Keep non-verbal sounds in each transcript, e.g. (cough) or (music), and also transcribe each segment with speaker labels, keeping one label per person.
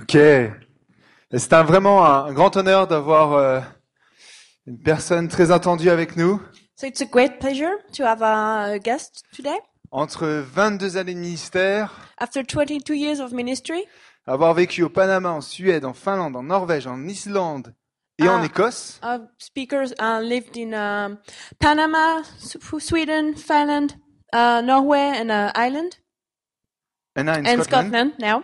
Speaker 1: Ok. C'est un, vraiment un, un grand honneur d'avoir euh, une personne très attendue avec nous.
Speaker 2: So it's a great pleasure to have a guest today.
Speaker 1: Entre 22 années de ministère,
Speaker 2: After 22 years of ministry,
Speaker 1: avoir vécu au Panama, en Suède, en Finlande, en Norvège, en Islande et en
Speaker 2: Ah.
Speaker 1: Écosse,
Speaker 2: our speakers uh, lived in um, Panama, Su- Sweden, Finland, uh, Norway, and uh, Ireland,
Speaker 1: and now in
Speaker 2: and
Speaker 1: Scotland.
Speaker 2: Scotland now.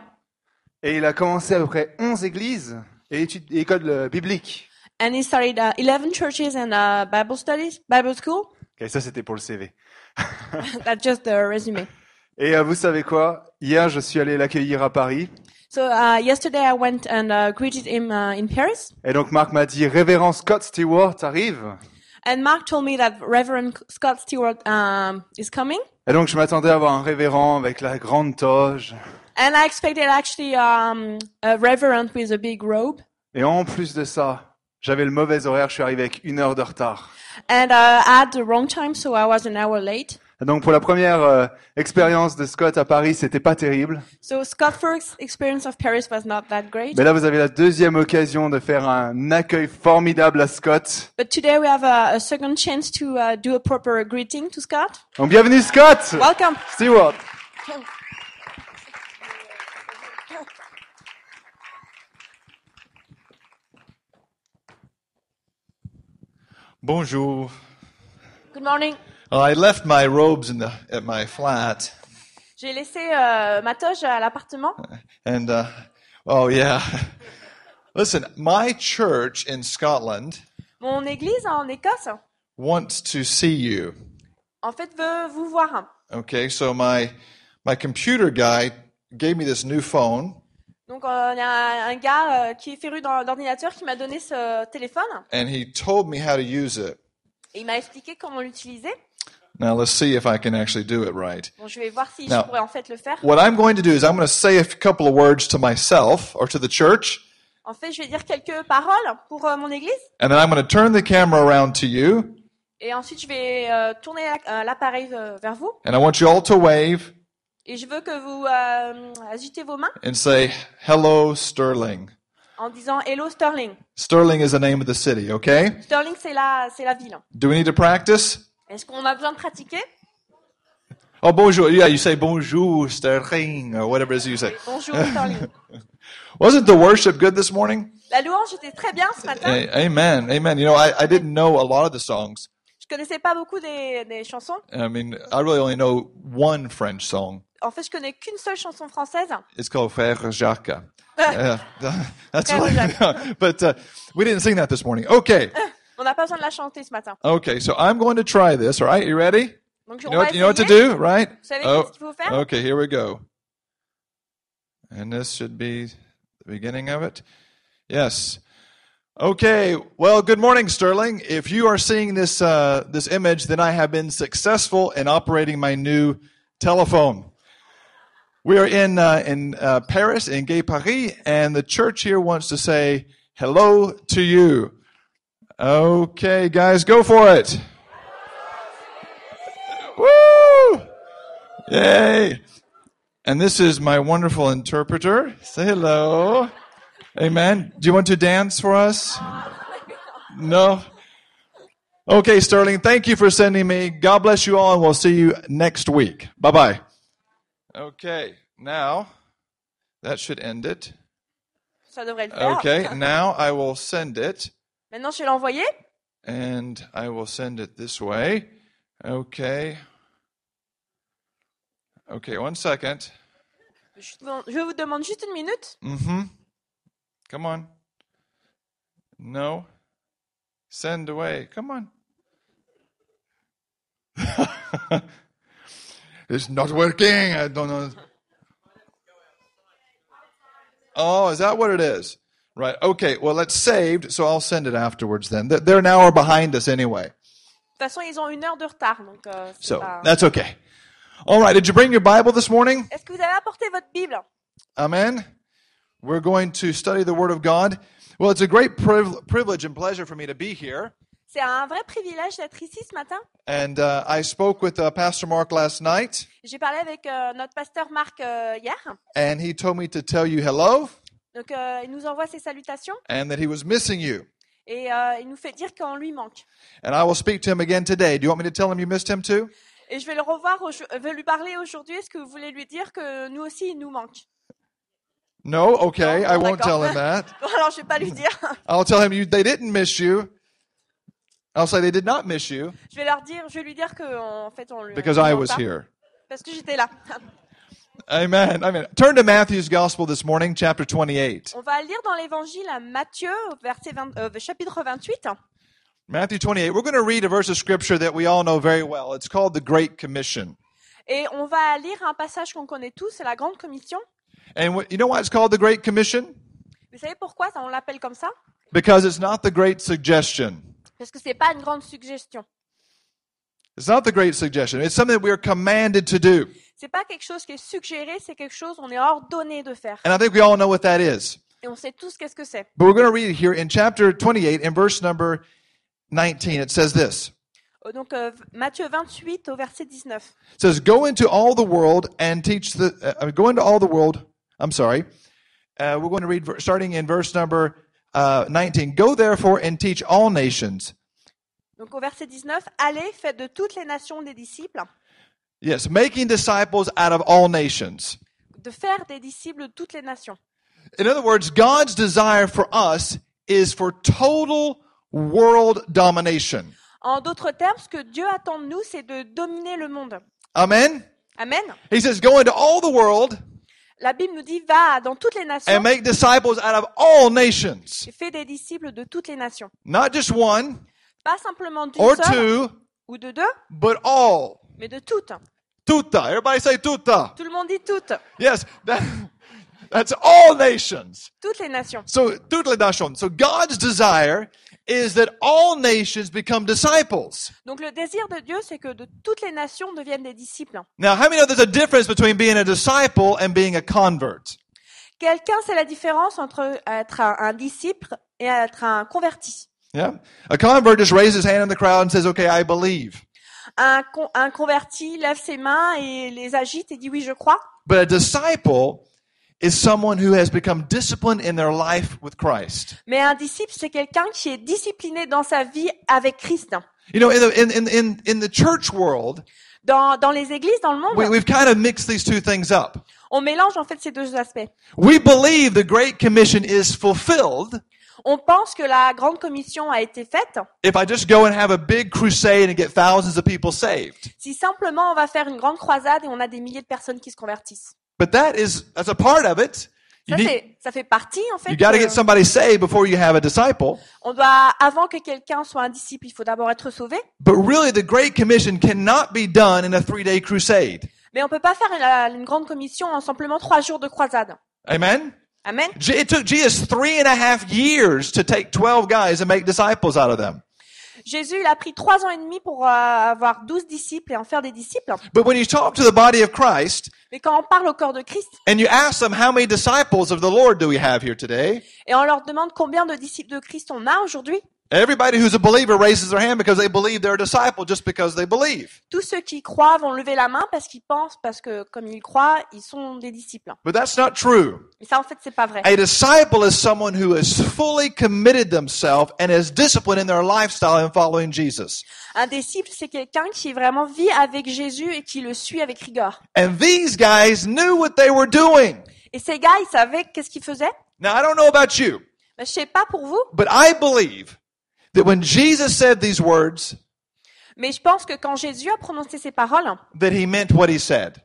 Speaker 1: Et il a commencé à peu près 11 églises et études, et écoles euh, bibliques.
Speaker 2: And he started uh, 11 churches and uh, Bible studies, Bible school. (laughs)
Speaker 1: Ok, ça c'était pour le CV.
Speaker 2: That's just the resume.
Speaker 1: Et euh, vous savez quoi Hier, je suis allé l'accueillir à Paris.
Speaker 2: So uh, yesterday I went and uh, greeted him uh, in Paris,
Speaker 1: Et donc Marc m'a dit, Révérend Scott Stewart arrive.
Speaker 2: and Mark told me that Reverend Scott Stewart um, is coming.
Speaker 1: Et donc je m'attendais à voir un révérend avec la grande toge.
Speaker 2: And I expected actually um, a reverend with a big robe.
Speaker 1: Et en plus de ça, j'avais le mauvais horaire, je suis arrivé avec une heure de retard.
Speaker 2: And uh, I had the wrong time, so I was an hour late.
Speaker 1: Et donc pour la première euh, expérience de Scott à Paris, c'était pas terrible.
Speaker 2: So Scott Ferg's experience of Paris was not that great.
Speaker 1: Mais là, vous avez la deuxième occasion de faire un accueil formidable à Scott.
Speaker 2: But today we have a, a second chance to uh, do a proper greeting to Scott.
Speaker 1: Donc bienvenue Scott
Speaker 2: Welcome.
Speaker 1: Stewart
Speaker 3: Bonjour.
Speaker 2: Good morning.
Speaker 3: Well, Oh, I left my robes in the, at my flat,
Speaker 2: J'ai laissé euh, ma toge à l'appartement.
Speaker 3: and uh, oh yeah. (laughs) Listen, my church in Scotland
Speaker 2: Mon église en Écosse,
Speaker 3: wants to see you.
Speaker 2: en fait, veut vous voir.
Speaker 3: Okay, so my my computer guy gave me this new phone,
Speaker 2: Donc, euh, il y a un gars euh, qui est féru dans l'ordinateur qui m'a donné ce téléphone
Speaker 3: and he told me how to use it.
Speaker 2: et il m'a expliqué comment l'utiliser.
Speaker 3: Now let's see if I can actually do it right.
Speaker 2: Bon, je vais voir si
Speaker 3: Non.
Speaker 2: je pourrais en fait le faire.
Speaker 3: What I'm going to do is I'm going to say a couple of words to myself or to the church,
Speaker 2: En fait, je vais dire quelques paroles pour euh, mon église
Speaker 3: and then I'm going to turn the camera around to you,
Speaker 2: et ensuite je vais euh, tourner la- euh, l'appareil euh, vers vous
Speaker 3: and I want you all to wave
Speaker 2: et je veux que vous euh, agitez vos mains
Speaker 3: and say hello, Sterling.
Speaker 2: en disant Hello Sterling.
Speaker 3: Sterling is the name of the city, okay?
Speaker 2: Sterling, c'est la, c'est la ville.
Speaker 3: Do we need to practice?
Speaker 2: Est-ce qu'on a besoin de pratiquer
Speaker 3: Oh, bonjour. Yeah, you say bonjour, Sterling, or whatever it is you say. (laughs)
Speaker 2: Bonjour Sterling.
Speaker 3: Wasn't the worship good this morning?
Speaker 2: La louange était très bien ce matin.
Speaker 3: A- amen. Amen. You know, I, I didn't know a lot of the songs.
Speaker 2: Je connaissais pas beaucoup des, des chansons.
Speaker 3: I mean, I really only know one French song.
Speaker 2: En fait, je connais qu'une seule chanson française.
Speaker 3: It's called Frère Jacques. Yeah, (laughs) that's
Speaker 2: Frère
Speaker 3: what I know. But uh, we didn't sing that this morning. Okay.
Speaker 2: On n'a pas besoin de la chanter ce matin.
Speaker 3: Okay. So I'm going to try this. All right. You ready?
Speaker 2: Donc,
Speaker 3: You
Speaker 2: on
Speaker 3: know,
Speaker 2: va
Speaker 3: what, you know what to
Speaker 2: essayer.
Speaker 3: do, right?
Speaker 2: Vous savez qu'est-ce qu'il faut faire
Speaker 3: Oh, Okay, here we go. And this should be the beginning of it. Yes. Okay. Well, good morning, Sterling. If you are seeing this uh, this image, then I have been successful in operating my new telephone. We are in uh, in uh, Paris, in Gay Paris, and the church here wants to say hello to you. Okay, guys, go for it. Woo! Yay! And this is my wonderful interpreter. Say hello. Amen. Do you want to dance for us? No? Okay, Sterling, thank you for sending me. God bless you all, and we'll see you next week. Bye bye. Okay, now that should end it.
Speaker 2: Ça devrait le faire.
Speaker 3: Okay, now I will send it,
Speaker 2: Maintenant, je vais l'envoyer.
Speaker 3: and I will send it this way. Okay. Okay, one second.
Speaker 2: Je vous- je vous demande juste une minute.
Speaker 3: Mm-hmm. Come on. No. Send away. Come on. (laughs) it's not working. I don't know. Oh, is that what it is? Right. Okay. Well, it's saved, so I'll send it afterwards then. They're- They're an hour behind us anyway.
Speaker 2: De toute façon, ils ont une heure de retard, donc. euh, c'est
Speaker 3: So
Speaker 2: pas-
Speaker 3: that's okay. All right. Did you bring your Bible this morning?
Speaker 2: Est-ce que vous avez apporté votre Bible
Speaker 3: Amen. We're going to study the Word of God. Well, it's a great priv- privilege and pleasure for me to be here.
Speaker 2: C'est un vrai privilège d'être ici ce matin.
Speaker 3: And uh, I spoke with uh, Pastor Mark last night,
Speaker 2: J'ai parlé avec euh, notre pasteur Marc euh, hier,
Speaker 3: and he told me to tell you hello.
Speaker 2: Donc, euh, il nous envoie ses salutations
Speaker 3: and that he was missing you.
Speaker 2: et euh, il nous fait dire qu'on lui manque.
Speaker 3: And I will speak to him again today. Do you want me to tell him you missed him too?
Speaker 2: Et je vais le revoir, au- je vais lui parler aujourd'hui. Est-ce que vous voulez lui dire que nous aussi, il nous manque
Speaker 3: No? Okay,
Speaker 2: No,
Speaker 3: I
Speaker 2: oh my
Speaker 3: won't tell
Speaker 2: God.
Speaker 3: him that.
Speaker 2: Bon, (laughs) alors, je vais pas lui dire.
Speaker 3: I'll tell him you they didn't miss you. I'll say they did not miss you
Speaker 2: Je vais leur dire, je vais lui dire que en fait, on lui.
Speaker 3: because
Speaker 2: on lui
Speaker 3: I
Speaker 2: manque
Speaker 3: was
Speaker 2: pas,
Speaker 3: here.
Speaker 2: Parce que j'étais là.
Speaker 3: Amen. Amen. Turn to Matthew's Gospel this morning, chapter 28.
Speaker 2: On va lire dans l'évangile à Matthieu, au verset 20 euh, chapitre 28.
Speaker 3: Matthew 28. We're going to read a verse of scripture that we all know very well. It's called the Great Commission.
Speaker 2: Et on va lire un passage qu'on connaît tous, c'est la Grande Commission.
Speaker 3: And wh- you know why it's called the Great Commission?
Speaker 2: Vous savez pourquoi ça- on l'appelle comme ça
Speaker 3: Because it's not the Great Suggestion.
Speaker 2: Parce que c'est pas une grande suggestion.
Speaker 3: It's not the Great Suggestion. It's something that we are commanded to do.
Speaker 2: C'est pas quelque chose qui est suggéré, c'est quelque chose on est ordonné de faire.
Speaker 3: And I think we all know what that is.
Speaker 2: Et on sait tous qu'est-ce que c'est.
Speaker 3: But we're going to read it here in chapter 28 in verse number 19. It says this.
Speaker 2: Euh, Donc euh, Matthieu 28 au verset 19.
Speaker 3: It says, "Go into all the world and teach the uh, go into all the world." I'm sorry. Uh, we're going to read ver- starting in verse number uh, 19. Go therefore and teach all nations.
Speaker 2: Donc au verset 19, allez, faites de toutes les nations des disciples,
Speaker 3: Yes, making disciples out of all nations.
Speaker 2: de faire des disciples de toutes les nations.
Speaker 3: In other words, God's desire for us is for total world domination.
Speaker 2: En d'autres termes, ce que Dieu attend de nous, c'est de dominer le monde.
Speaker 3: Amen.
Speaker 2: Amen.
Speaker 3: He says, "Go into all the world
Speaker 2: La Bible nous dit, va dans toutes les nations
Speaker 3: and make disciples out of all nations,
Speaker 2: et fais des disciples de toutes les nations.
Speaker 3: not just one
Speaker 2: Pas simplement d'une
Speaker 3: or
Speaker 2: seule
Speaker 3: two,
Speaker 2: ou de deux,
Speaker 3: but all."
Speaker 2: mais de toutes.
Speaker 3: Tuta. Everybody say tuta.
Speaker 2: Tout le monde dit toutes.
Speaker 3: Yes, that, (laughs) that's all nations.
Speaker 2: Toutes les nations.
Speaker 3: So, toutes les nations. So, God's desire is that all nations become disciples.
Speaker 2: Donc le désir de Dieu, c'est que de toutes les nations deviennent des disciples.
Speaker 3: Now, how many know there's a difference between being a disciple and being a convert?
Speaker 2: Quelqu'un, c'est la différence entre euh, être un, un disciple et être un converti.
Speaker 3: Yeah. A convert just raises his hand in the crowd and says, okay, I believe.
Speaker 2: Un, con- un converti lève ses mains et les agite et dit oui, je crois.
Speaker 3: But a disciple is someone who has become disciplined in their life with Christ.
Speaker 2: Mais un disciple, c'est quelqu'un qui est discipliné dans sa vie avec Christ.
Speaker 3: You know, in the, in, in, in, in the church world,
Speaker 2: Dans, dans les églises, dans le monde,
Speaker 3: we, we've kind of mixed these two things up.
Speaker 2: on mélange en fait ces deux aspects.
Speaker 3: We believe the Great Commission is fulfilled
Speaker 2: On pense que la grande commission a été faite
Speaker 3: if I just go and have a big crusade and get thousands of people saved.
Speaker 2: si simplement on va faire une grande croisade et on a des milliers de personnes qui se convertissent.
Speaker 3: But that is that's a part of it.
Speaker 2: Ça,
Speaker 3: You, need,
Speaker 2: c'est- ça fait partie en fait.
Speaker 3: you got to
Speaker 2: de-
Speaker 3: get somebody saved before you have a disciple.
Speaker 2: On doit, avant que quelqu'un soit un disciple, il faut d'abord être sauvé.
Speaker 3: But really, the Great Commission cannot be done in a three-day crusade.
Speaker 2: Mais on peut pas faire la- une grande commission en simplement trois jours de croisade.
Speaker 3: Amen.
Speaker 2: Amen.
Speaker 3: Je- It took Jesus three and a half years to take twelve guys and make disciples out of them.
Speaker 2: Jésus, il a pris trois ans et demi pour euh, avoir douze disciples et en faire des disciples.
Speaker 3: But when you talk to the body of Christ
Speaker 2: Mais quand on parle au corps de Christ
Speaker 3: and you ask them how many disciples of the Lord do we have here today,
Speaker 2: et on leur demande combien de disciples de Christ on a aujourd'hui,
Speaker 3: Everybody who's a believer raises their hand because they believe they're a disciple just because they believe.
Speaker 2: tous ceux qui croient vont lever la main parce qu'ils pensent, parce que comme ils croient, ils sont des disciples.
Speaker 3: But that's not true.
Speaker 2: Mais ça, en fait, c'est pas vrai.
Speaker 3: A disciple is someone who has fully committed themselves and is disciplined in their lifestyle in following Jesus.
Speaker 2: Un disciple, c'est quelqu'un qui vraiment vit avec Jésus et qui le suit avec rigueur.
Speaker 3: And these guys knew what they were doing.
Speaker 2: Et ces gars, ils savaient qu'est-ce qu'ils faisaient.
Speaker 3: Now, I don't know about you,
Speaker 2: Ben, je sais pas pour vous,
Speaker 3: but I believe that when Jesus said these words,
Speaker 2: mais je pense que quand Jésus a prononcé ces paroles,
Speaker 3: that he meant what he said.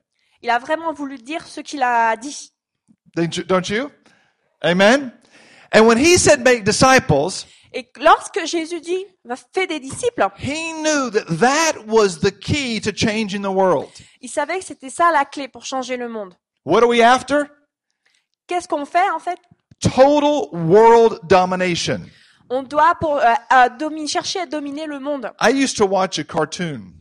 Speaker 2: il a vraiment voulu dire ce qu'il a dit.
Speaker 3: Don't you- Don't you? Amen? And when he said make disciples,
Speaker 2: Et lorsque Jésus dit, va fais des disciples,
Speaker 3: he knew that that was the key to changing the world.
Speaker 2: il savait que c'était ça la clé pour changer le monde.
Speaker 3: What are we after?
Speaker 2: Qu'est-ce qu'on fait en fait
Speaker 3: Total world domination.
Speaker 2: On doit pour euh, à domi- chercher à dominer le monde.
Speaker 3: I used to watch a cartoon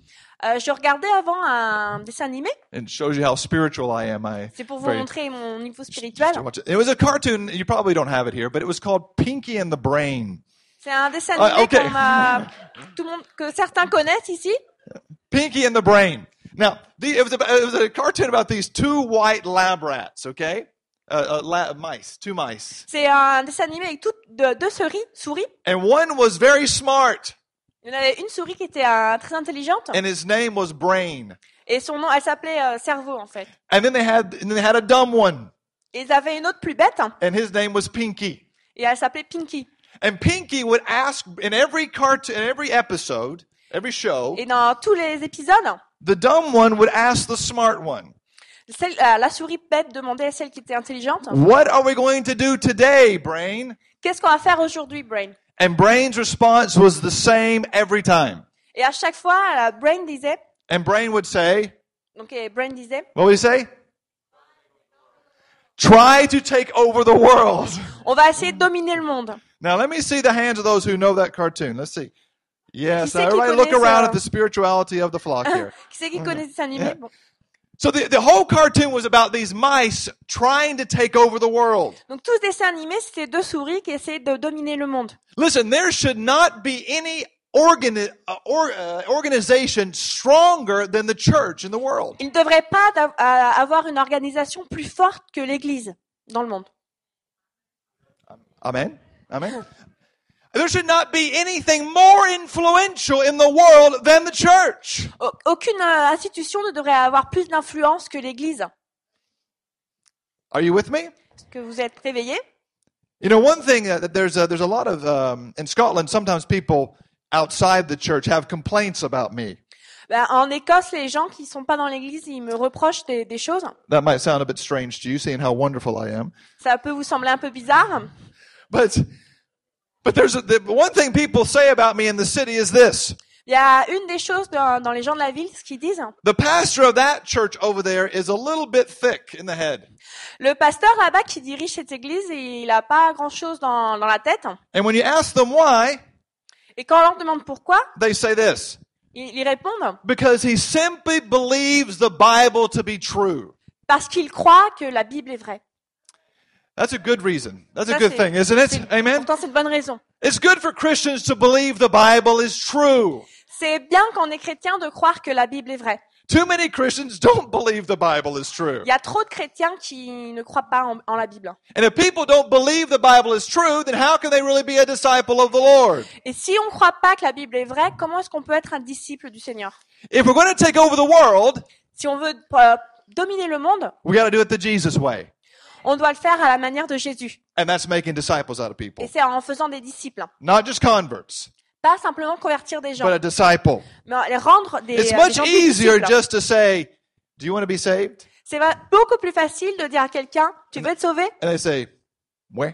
Speaker 2: Euh, je regardais avant un dessin animé,
Speaker 3: and it shows you how spiritual I am. I
Speaker 2: c'est pour vous
Speaker 3: very-
Speaker 2: montrer mon niveau spirituel.
Speaker 3: used to watch it. It was a cartoon. You probably don't have it here, but it was called Pinky and the Brain.
Speaker 2: C'est un dessin
Speaker 3: Ah,
Speaker 2: animé
Speaker 3: ok.
Speaker 2: qu'on a- tout le monde, que certains connaissent ici.
Speaker 3: Pinky and the Brain. Now, the, it, was a, it was a cartoon about these two white lab rats. Okay, uh, uh, la- mice, two mice,
Speaker 2: C'est un dessin animé avec toutes de- deux souris, souris.
Speaker 3: and one was very smart,
Speaker 2: Il y en avait une souris qui était euh, très intelligente
Speaker 3: and his name was Brain.
Speaker 2: et son nom, elle s'appelait euh, Cerveau en fait.
Speaker 3: And then they had, and they had a dumb one,
Speaker 2: Et ils avaient une autre plus bête hein,
Speaker 3: and his name was Pinky.
Speaker 2: et elle s'appelait Pinky.
Speaker 3: And Pinky would ask in every cartoon, in every episode, every show,
Speaker 2: Et dans tous les épisodes,
Speaker 3: the dumb one would ask the smart one,
Speaker 2: celle, euh, la souris bête demandait à celle qui était intelligente
Speaker 3: "What are we going to do today, Brain?"
Speaker 2: Qu'est-ce qu'on va faire aujourd'hui, Brain
Speaker 3: And Brain's response was the same every time.
Speaker 2: Et à chaque fois, la Brain disait,
Speaker 3: And Brain would say,
Speaker 2: donc et Brain disait,
Speaker 3: What would he say? Try to take over the world. (laughs)
Speaker 2: on va essayer de dominer le monde.
Speaker 3: Now, let me see the hands of those who know that cartoon. Let's see.
Speaker 2: Qui
Speaker 3: Yes,
Speaker 2: c'est
Speaker 3: now
Speaker 2: qui
Speaker 3: everybody look
Speaker 2: connaît ça?
Speaker 3: around at the spirituality of the flock here.
Speaker 2: Qui c'est qui connaît cet animé
Speaker 3: Yeah.
Speaker 2: Bon.
Speaker 3: So, the, the whole cartoon was about these mice trying to take over the world.
Speaker 2: Donc tout ce dessin animé, c'était deux souris qui essayaient de dominer le monde.
Speaker 3: Listen, there should not be any organi- uh, or, uh, organization stronger than the church in the world.
Speaker 2: Il ne devrait pas d'av- à- avoir une organisation plus forte que l'Église dans le monde.
Speaker 3: Amen. Amen. There should not be anything more influential in the world than the church.
Speaker 2: Au- Aucune euh, institution ne devrait avoir plus d'influence que l'Église.
Speaker 3: Are you with me?
Speaker 2: Est-ce que vous êtes réveillés
Speaker 3: You know, one thing uh, that that there's a, there's a lot of um, in Scotland. Sometimes people outside the church have complaints about me.
Speaker 2: Ben, En Écosse, les gens qui sont pas dans l'Église, ils me reprochent des, des choses.
Speaker 3: That might sound a bit strange to you, seeing how wonderful I am.
Speaker 2: Ça peut vous sembler un peu bizarre.
Speaker 3: But but there's a, the one thing people say about me in the city is this:
Speaker 2: Il y a une des choses dans, dans les gens de la ville, ce qu'ils disent.
Speaker 3: the pastor of that church over there is a little bit thick in the head.
Speaker 2: Le pasteur là-bas qui dirige cette église, il n'a pas grand-chose dans, dans la tête.
Speaker 3: And when you ask them why,
Speaker 2: Et quand on leur demande pourquoi,
Speaker 3: they say this:
Speaker 2: ils, ils répondent
Speaker 3: because he simply believes the Bible to be true.
Speaker 2: parce qu'ils croient que la Bible est vraie.
Speaker 3: That's a good reason. That's a
Speaker 2: Ça,
Speaker 3: good
Speaker 2: c'est-
Speaker 3: thing, isn't it?
Speaker 2: c'est-
Speaker 3: Amen.
Speaker 2: Pourtant, c'est une bonne raison.
Speaker 3: It's good for Christians to believe the Bible is true.
Speaker 2: C'est bien qu'on est chrétien de croire que la Bible est vraie.
Speaker 3: Too many Christians don't believe the Bible is true.
Speaker 2: Il y a trop de chrétiens qui ne croient pas en, en la Bible.
Speaker 3: And if people don't believe the Bible is true, then how can they really be a disciple of the Lord?
Speaker 2: Et si on ne croit pas que la Bible est vraie, comment est-ce qu'on peut être un disciple du Seigneur
Speaker 3: If we're going to take over the world,
Speaker 2: Si on veut euh, dominer le monde,
Speaker 3: we got to do it the Jesus way.
Speaker 2: on doit le faire à la manière de Jésus.
Speaker 3: And that's making disciples out of
Speaker 2: Et
Speaker 3: people.
Speaker 2: c'est en faisant des disciples. hein.
Speaker 3: Not just converts,
Speaker 2: Pas simplement convertir des gens.
Speaker 3: but a disciple.
Speaker 2: Mais les rendre des,
Speaker 3: It's
Speaker 2: euh,
Speaker 3: much
Speaker 2: des gens plus
Speaker 3: easier
Speaker 2: disciples.
Speaker 3: just to say, Do you want to be saved?
Speaker 2: C'est va- beaucoup plus facile de dire à quelqu'un, tu veux être sauvé
Speaker 3: And they say, Where?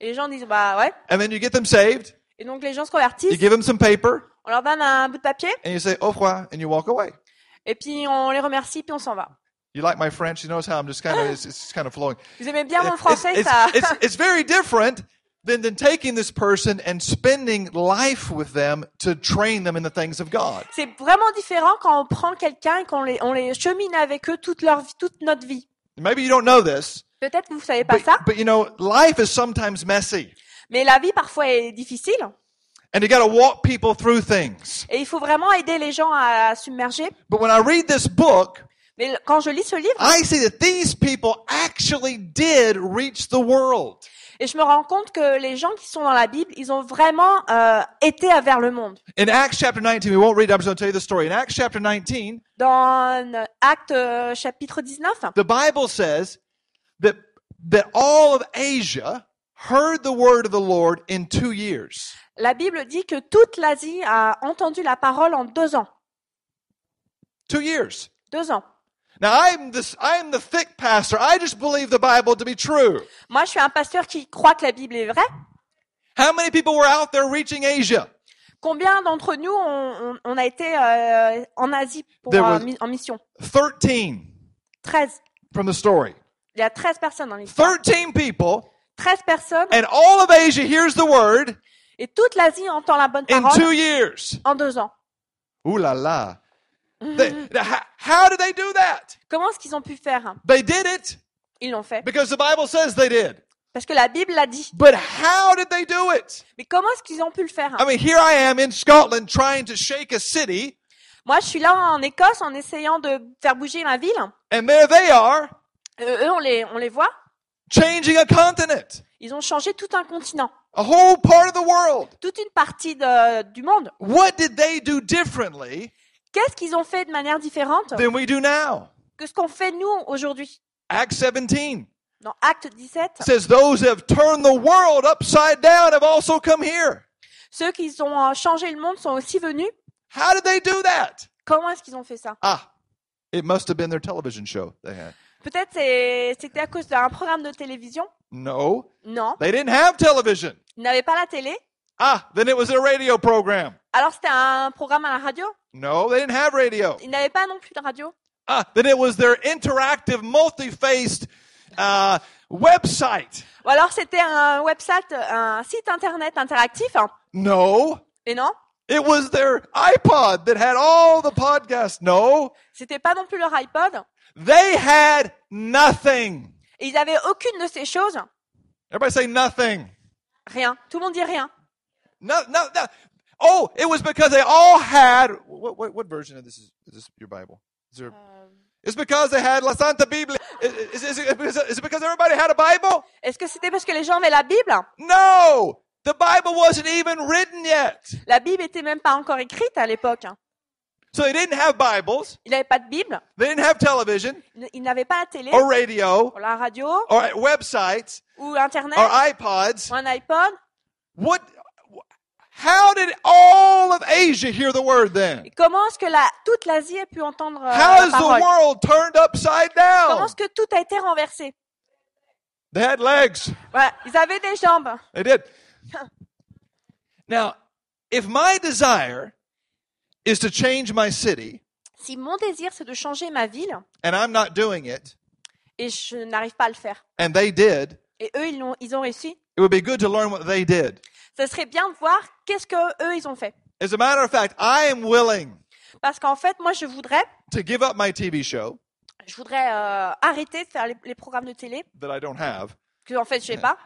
Speaker 2: Et les gens disent, bah ouais.
Speaker 3: And then you get them saved,
Speaker 2: Et donc les gens se
Speaker 3: you
Speaker 2: convertissent,
Speaker 3: give them some paper,
Speaker 2: on leur donne un bout de papier,
Speaker 3: and you say, Au revoir, and you walk away.
Speaker 2: et puis on les remercie, puis on s'en va.
Speaker 3: You like my French? You notice how I'm just kind of it's, it's kind
Speaker 2: (laughs)
Speaker 3: of flowing.
Speaker 2: Vous aimez bien mon
Speaker 3: It's,
Speaker 2: français,
Speaker 3: it's,
Speaker 2: ça
Speaker 3: it's, it's very different than than taking this person and spending life with them to train them in the things of God.
Speaker 2: C'est vraiment différent quand on prend quelqu'un et qu'on les, on les chemine avec eux toute leur vie, toute notre vie.
Speaker 3: Maybe you don't know this,
Speaker 2: Peut-être que vous savez pas
Speaker 3: but,
Speaker 2: ça,
Speaker 3: but you know life is sometimes messy,
Speaker 2: mais la vie parfois est difficile,
Speaker 3: and you got to walk people through things.
Speaker 2: et il faut vraiment aider les gens à submerger.
Speaker 3: But when I read this book,
Speaker 2: Mais le- quand je lis ce livre,
Speaker 3: I see that these people actually did reach the world.
Speaker 2: et je me rends compte que les gens qui sont dans la Bible, ils ont vraiment euh, été à vers le monde.
Speaker 3: In Acts chapter 19, we won't read. it, I'm just going to tell you the story. In Acts chapter 19,
Speaker 2: Dans euh, Acte euh, chapitre 19,
Speaker 3: The Bible says that that all of Asia heard the word of the Lord in two years.
Speaker 2: la Bible dit que toute l'Asie a entendu la parole en deux ans.
Speaker 3: Two years.
Speaker 2: Deux ans.
Speaker 3: Now I'm this I'm the thick pastor. I just believe the Bible to be true.
Speaker 2: Moi, je suis un pasteur qui croit que la Bible est vraie.
Speaker 3: How many people were out there reaching Asia?
Speaker 2: Combien d'entre nous on, on- on a été euh, en Asie pour,
Speaker 3: There
Speaker 2: euh,
Speaker 3: was-
Speaker 2: mi- en mission
Speaker 3: 13
Speaker 2: 13.
Speaker 3: from the story.
Speaker 2: Il y a 13 personnes dans l'histoire.
Speaker 3: 13 people
Speaker 2: 13 personnes
Speaker 3: and all of Asia hears the word
Speaker 2: et toute l'Asie entend la bonne
Speaker 3: in
Speaker 2: parole
Speaker 3: two years.
Speaker 2: en deux ans.
Speaker 3: Ooh la la. They- now, how, how did they do that?
Speaker 2: Comment est-ce qu'ils ont pu faire
Speaker 3: They did it
Speaker 2: Ils l'ont fait.
Speaker 3: because the Bible says they did.
Speaker 2: Parce que la Bible l'a dit.
Speaker 3: But how did they do it?
Speaker 2: Mais comment est-ce qu'ils ont pu le faire
Speaker 3: I mean, here I am in Scotland trying to shake a city,
Speaker 2: Moi, je suis là en Écosse en essayant de faire bouger la ville.
Speaker 3: and there they are
Speaker 2: Euh, eux, on les, on les voit.
Speaker 3: changing a continent,
Speaker 2: Ils ont changé tout un continent,
Speaker 3: a whole part of the world.
Speaker 2: toute une partie de- du monde.
Speaker 3: What did they do differently
Speaker 2: Qu'est-ce qu'ils ont fait de manière différente
Speaker 3: than we do now?
Speaker 2: que ce qu'on fait nous aujourd'hui
Speaker 3: Acts 17
Speaker 2: Dans Acte 17,
Speaker 3: says, Those who have turned the world upside down have also come here.
Speaker 2: ceux qui ont euh, changé le monde sont aussi venus.
Speaker 3: How did they do that?
Speaker 2: Comment est-ce qu'ils ont fait ça
Speaker 3: Ah, it must have been their television show they had.
Speaker 2: Peut-être c'est- c'était à cause d'un programme de télévision
Speaker 3: No,
Speaker 2: Non,
Speaker 3: they didn't have television.
Speaker 2: ils n'avaient pas la télé.
Speaker 3: Ah, then it was their radio program.
Speaker 2: Alors c'était un programme à la radio.
Speaker 3: No, they didn't have radio.
Speaker 2: Ils n'avaient pas non plus de radio.
Speaker 3: Ah, then it was their interactive, multi-faced uh, website.
Speaker 2: Ou alors c'était un website, un site internet interactif. hein.
Speaker 3: No,
Speaker 2: Et non,
Speaker 3: it was their iPod that had all the podcasts. No,
Speaker 2: c'était pas non plus leur iPod.
Speaker 3: they had nothing.
Speaker 2: Et ils n'avaient aucune de ces choses.
Speaker 3: Everybody say nothing.
Speaker 2: Rien. Tout le monde dit rien.
Speaker 3: No, no, no. Oh, it was because they all had what? What, what version of this is, is this your Bible? Is there, it's because they had La Santa Biblia. Is, is- is it because- is it because everybody had a Bible?
Speaker 2: Est-ce que c'était parce que les gens avaient la Bible
Speaker 3: No, the Bible wasn't even written yet,
Speaker 2: La Bible était même pas encore écrite à l'époque. hein.
Speaker 3: so they didn't have Bibles.
Speaker 2: Ils n'avaient pas de Bible.
Speaker 3: They didn't have television
Speaker 2: Ils ils n'avaient pas la télé,
Speaker 3: or radio
Speaker 2: ou la radio,
Speaker 3: or websites
Speaker 2: ou Internet,
Speaker 3: or iPods.
Speaker 2: ou un iPod.
Speaker 3: What? How did all of Asia hear the word then?
Speaker 2: Et comment est-ce que la, toute l'Asie a pu entendre euh,
Speaker 3: How
Speaker 2: la
Speaker 3: is the
Speaker 2: parole
Speaker 3: world turned upside
Speaker 2: Comment
Speaker 3: down?
Speaker 2: est-ce que tout a été renversé
Speaker 3: They had legs.
Speaker 2: Voilà, ils avaient des jambes.
Speaker 3: They did. Now, if my desire is to change my city
Speaker 2: Si mon désir c'est de changer ma ville
Speaker 3: and I'm not doing it,
Speaker 2: et je n'arrive pas à le faire,
Speaker 3: and they did,
Speaker 2: et eux ils ont, ils ont réussi,
Speaker 3: it would be good to learn what they did.
Speaker 2: ça serait bien de voir qu'est-ce que eux ils ont fait.
Speaker 3: As a matter of fact, I am willing
Speaker 2: Parce qu'en fait, moi je voudrais,
Speaker 3: to give up my TV show
Speaker 2: je voudrais euh, arrêter de faire les, les programmes de télé
Speaker 3: that I don't have
Speaker 2: que en fait je sais pas,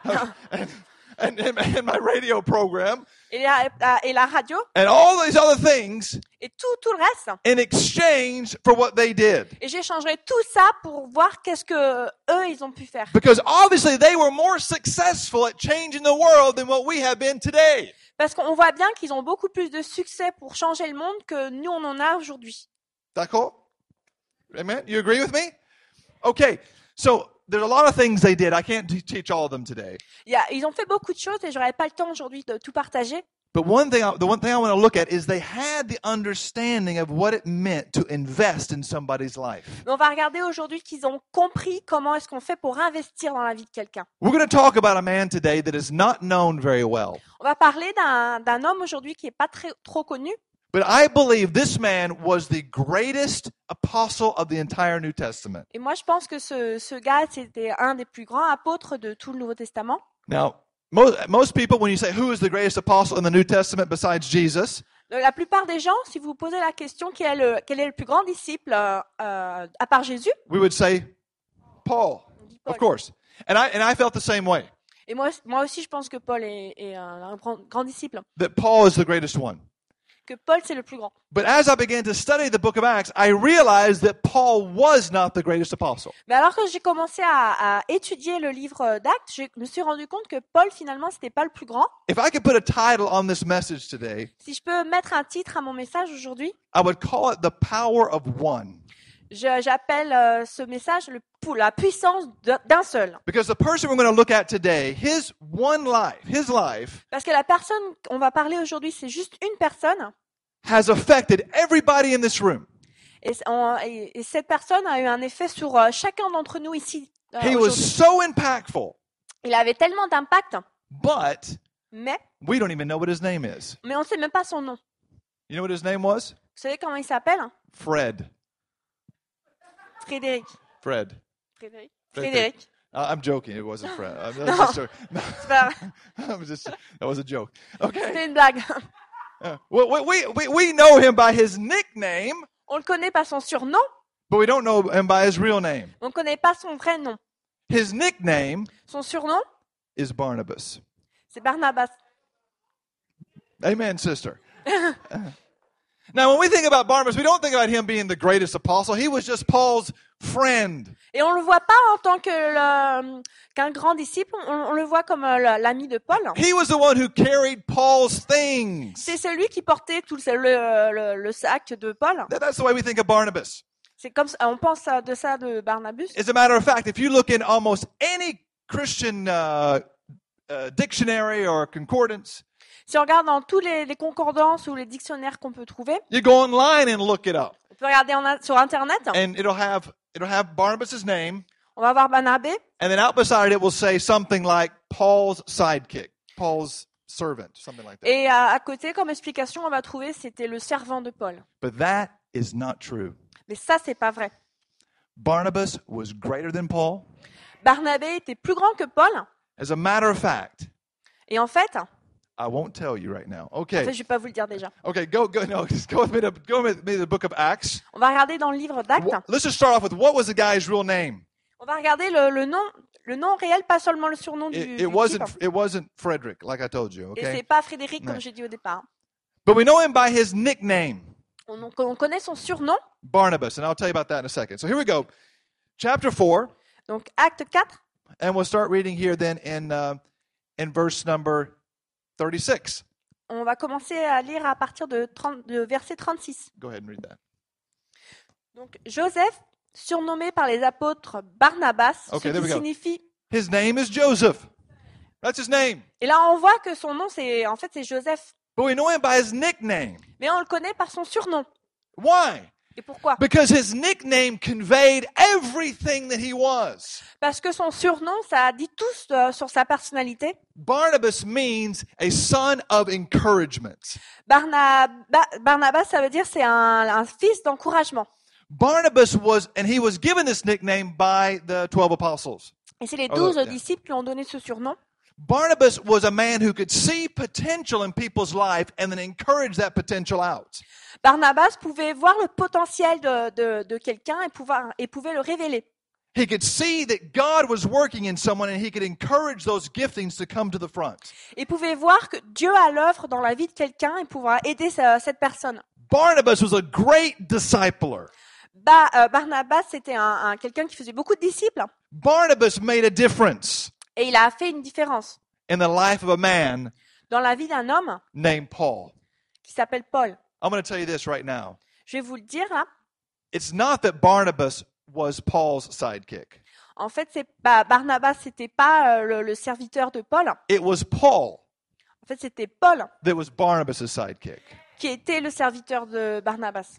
Speaker 3: and, and, and my radio program
Speaker 2: (laughs) et la, la- et la radio
Speaker 3: and all these other things
Speaker 2: et tout tout le reste.
Speaker 3: in exchange for what they did.
Speaker 2: Et j'échangerai tout ça pour voir qu'est-ce que eux ils ont pu faire.
Speaker 3: Because obviously they were more successful at changing the world than what we have been today.
Speaker 2: Parce qu'on voit bien qu'ils ont beaucoup plus de succès pour changer le monde que nous on en a aujourd'hui.
Speaker 3: D'accord? Amen? You agree with me? Okay, so there's a lot of things they did. I can't te- teach all of them today.
Speaker 2: Il y a- Ils ont fait beaucoup de choses et j'aurais pas le temps aujourd'hui de tout partager.
Speaker 3: But one thing, I, the one thing I want to look at is they had the understanding of what it meant to invest in somebody's life.
Speaker 2: Mais on va regarder aujourd'hui qu'ils ont compris comment est-ce qu'on fait pour investir dans la vie de quelqu'un.
Speaker 3: We're going to talk about a man today that is not known very well.
Speaker 2: On va parler d'un d'un homme aujourd'hui qui est pas très, trop connu,
Speaker 3: But I believe this man was the greatest apostle of the entire New Testament.
Speaker 2: et moi je pense que ce, ce gars c'était un des plus grands apôtres de tout le Nouveau Testament.
Speaker 3: Now, most, most people, when you say who is the greatest apostle in the New Testament besides Jesus,
Speaker 2: Euh, La plupart des gens, si vous vous posez la question quel est le, quel est le plus grand disciple euh, euh, à part Jésus,
Speaker 3: we would say Paul.
Speaker 2: on dit Paul.
Speaker 3: Of course. And I and I felt the same way
Speaker 2: Et moi, moi aussi je pense que Paul est, est un, un grand, grand disciple,
Speaker 3: that Paul is the greatest one.
Speaker 2: que Paul c'est le plus grand.
Speaker 3: But as I began to study the book of Acts, I realized that Paul was not the greatest apostle.
Speaker 2: Mais alors que j'ai commencé à, à étudier le livre d'Actes, je me suis rendu compte que Paul finalement c'était pas le plus grand.
Speaker 3: If I could put a title on this message today,
Speaker 2: Si je peux mettre un titre à mon message aujourd'hui,
Speaker 3: I would call it The Power of One.
Speaker 2: je- j'appelle euh, ce message le, pou- la puissance de- d'un seul.
Speaker 3: Because the person we're going to look at today, his one life, his life
Speaker 2: Parce que la personne qu'on va parler aujourd'hui, c'est juste une personne.
Speaker 3: has affected everybody in this room.
Speaker 2: Et, c- on- et- et cette personne a eu un effet sur euh, chacun d'entre nous ici. euh,
Speaker 3: He was
Speaker 2: aujourd'hui.
Speaker 3: so impactful,
Speaker 2: Il avait tellement d'impact,
Speaker 3: but
Speaker 2: mais,
Speaker 3: we don't even know what his name is.
Speaker 2: mais on ne sait même pas son nom. Vous
Speaker 3: You know what his name was?
Speaker 2: savez comment il s'appelle hein?
Speaker 3: Fred.
Speaker 2: Frédéric.
Speaker 3: Fred.
Speaker 2: Frédéric.
Speaker 3: Frederick.
Speaker 2: Frédéric.
Speaker 3: Uh, I'm joking. It wasn't Fred. Uh, that, was just a, (laughs)
Speaker 2: C'est pas vrai,
Speaker 3: that was just- that was a joke. Okay.
Speaker 2: C'était une blague.
Speaker 3: Uh, well, we- we, we, we know him by his nickname,
Speaker 2: On le connaît par son surnom,
Speaker 3: but we don't know him by his real name.
Speaker 2: on ne connaît pas son vrai nom.
Speaker 3: His nickname
Speaker 2: Son surnom,
Speaker 3: is Barnabas.
Speaker 2: c'est Barnabas.
Speaker 3: Amen, sister. Now, when we think about Barnabas, we don't think about him being the greatest apostle. He was just Paul's friend.
Speaker 2: Et on le voit pas en tant que le- qu'un grand disciple, on, on le voit comme euh, la- l'ami de Paul.
Speaker 3: He was the one who carried Paul's things.
Speaker 2: C'est celui qui portait tout le, le- le- le sac de Paul.
Speaker 3: That- That's the way we think of Barnabas.
Speaker 2: C'est comme ça- on pense à- de ça de Barnabas.
Speaker 3: As a matter of fact, if you look in almost any Christian uh, uh, dictionary or concordance,
Speaker 2: Si on regarde dans tous les, les concordances ou les dictionnaires qu'on peut trouver,
Speaker 3: you go online and look it up,
Speaker 2: on peut regarder en in- sur internet.
Speaker 3: and it'll have it'll have Barnabas's name,
Speaker 2: On va voir Barnabé.
Speaker 3: and then out beside it will say something like Paul's sidekick, Paul's servant, something like that.
Speaker 2: Et à, à côté, comme explication, on va trouver c'était le servant de Paul.
Speaker 3: But that is not true.
Speaker 2: Mais ça, c'est pas vrai.
Speaker 3: Barnabas was greater than Paul.
Speaker 2: Barnabé était plus grand que Paul.
Speaker 3: As a matter of fact,
Speaker 2: Et en fait, en
Speaker 3: I won't tell you right now.
Speaker 2: fait,
Speaker 3: Okay.
Speaker 2: je vais pas vous le dire déjà.
Speaker 3: Okay, go go no, (laughs) just go with me to go with me to the book of Acts.
Speaker 2: On va regarder dans le livre d'Actes.
Speaker 3: Wh- Let's just start off with what was the guy's real name?
Speaker 2: On va regarder le, le nom, le nom réel, pas seulement le surnom du,
Speaker 3: It,
Speaker 2: du
Speaker 3: it wasn't
Speaker 2: type.
Speaker 3: it wasn't Frederick, like I told you,
Speaker 2: Et c'est
Speaker 3: okay?
Speaker 2: pas Frédéric
Speaker 3: Ouais.
Speaker 2: comme j'ai dit au départ. hein.
Speaker 3: But we know him by his nickname,
Speaker 2: On, on- on connaît son surnom.
Speaker 3: Barnabas, and I'll tell you about that in a second. So here we go. Chapter 4,
Speaker 2: Donc Acte 4.
Speaker 3: and we'll start reading here then in uh, in verse number 36.
Speaker 2: On va commencer à lire à partir de, 30 de verset 36.
Speaker 3: Go ahead and read that.
Speaker 2: Donc Joseph, surnommé par les apôtres Barnabas,
Speaker 3: Okay,
Speaker 2: ce
Speaker 3: there
Speaker 2: qui
Speaker 3: we go.
Speaker 2: signifie.
Speaker 3: His name is Joseph. That's his name.
Speaker 2: Et là, on voit que son nom, c'est en fait, c'est Joseph.
Speaker 3: But we know him by his nickname.
Speaker 2: Mais on le connaît par son surnom.
Speaker 3: Why?
Speaker 2: Et pourquoi
Speaker 3: Because his nickname conveyed everything that he was.
Speaker 2: Parce que son surnom, ça dit tout euh, sur sa personnalité.
Speaker 3: Barnabas means a son of encouragement.
Speaker 2: Barnaba- Barnabas, ça veut dire c'est un, un fils d'encouragement.
Speaker 3: Barnabas was, and he was given this nickname by the 12 apostles.
Speaker 2: Et c'est les
Speaker 3: Oh,
Speaker 2: douze
Speaker 3: yeah.
Speaker 2: disciples qui lui ont donné ce surnom.
Speaker 3: Barnabas was a man who could see potential in people's life and then encourage that potential out.
Speaker 2: Barnabas pouvait voir le potentiel de, de- de quelqu'un et, pouvoir, et pouvait le révéler.
Speaker 3: He could see that God was working in someone and he could encourage those giftings to come to the front.
Speaker 2: Et pouvait voir que Dieu a l'œuvre dans la vie de quelqu'un et pouvoir aider sa- cette personne.
Speaker 3: Barnabas was a great discipler.
Speaker 2: Ba- euh, Barnabas, c'était un, un- quelqu'un qui faisait beaucoup de disciples
Speaker 3: Barnabas made a difference
Speaker 2: et il a fait une différence
Speaker 3: in the life of a man
Speaker 2: dans la vie d'un homme
Speaker 3: named Paul.
Speaker 2: qui s'appelle Paul.
Speaker 3: I'm going to tell you this right now.
Speaker 2: Je vais vous le dire hein. là.
Speaker 3: It's not that Barnabas was Paul's sidekick.
Speaker 2: En fait, c'est pas Barnabas, c'était pas euh, le, le serviteur de Paul. En
Speaker 3: It was Paul
Speaker 2: fait, c'était Paul
Speaker 3: that was Barnabas' sidekick.
Speaker 2: qui était le serviteur de Barnabas.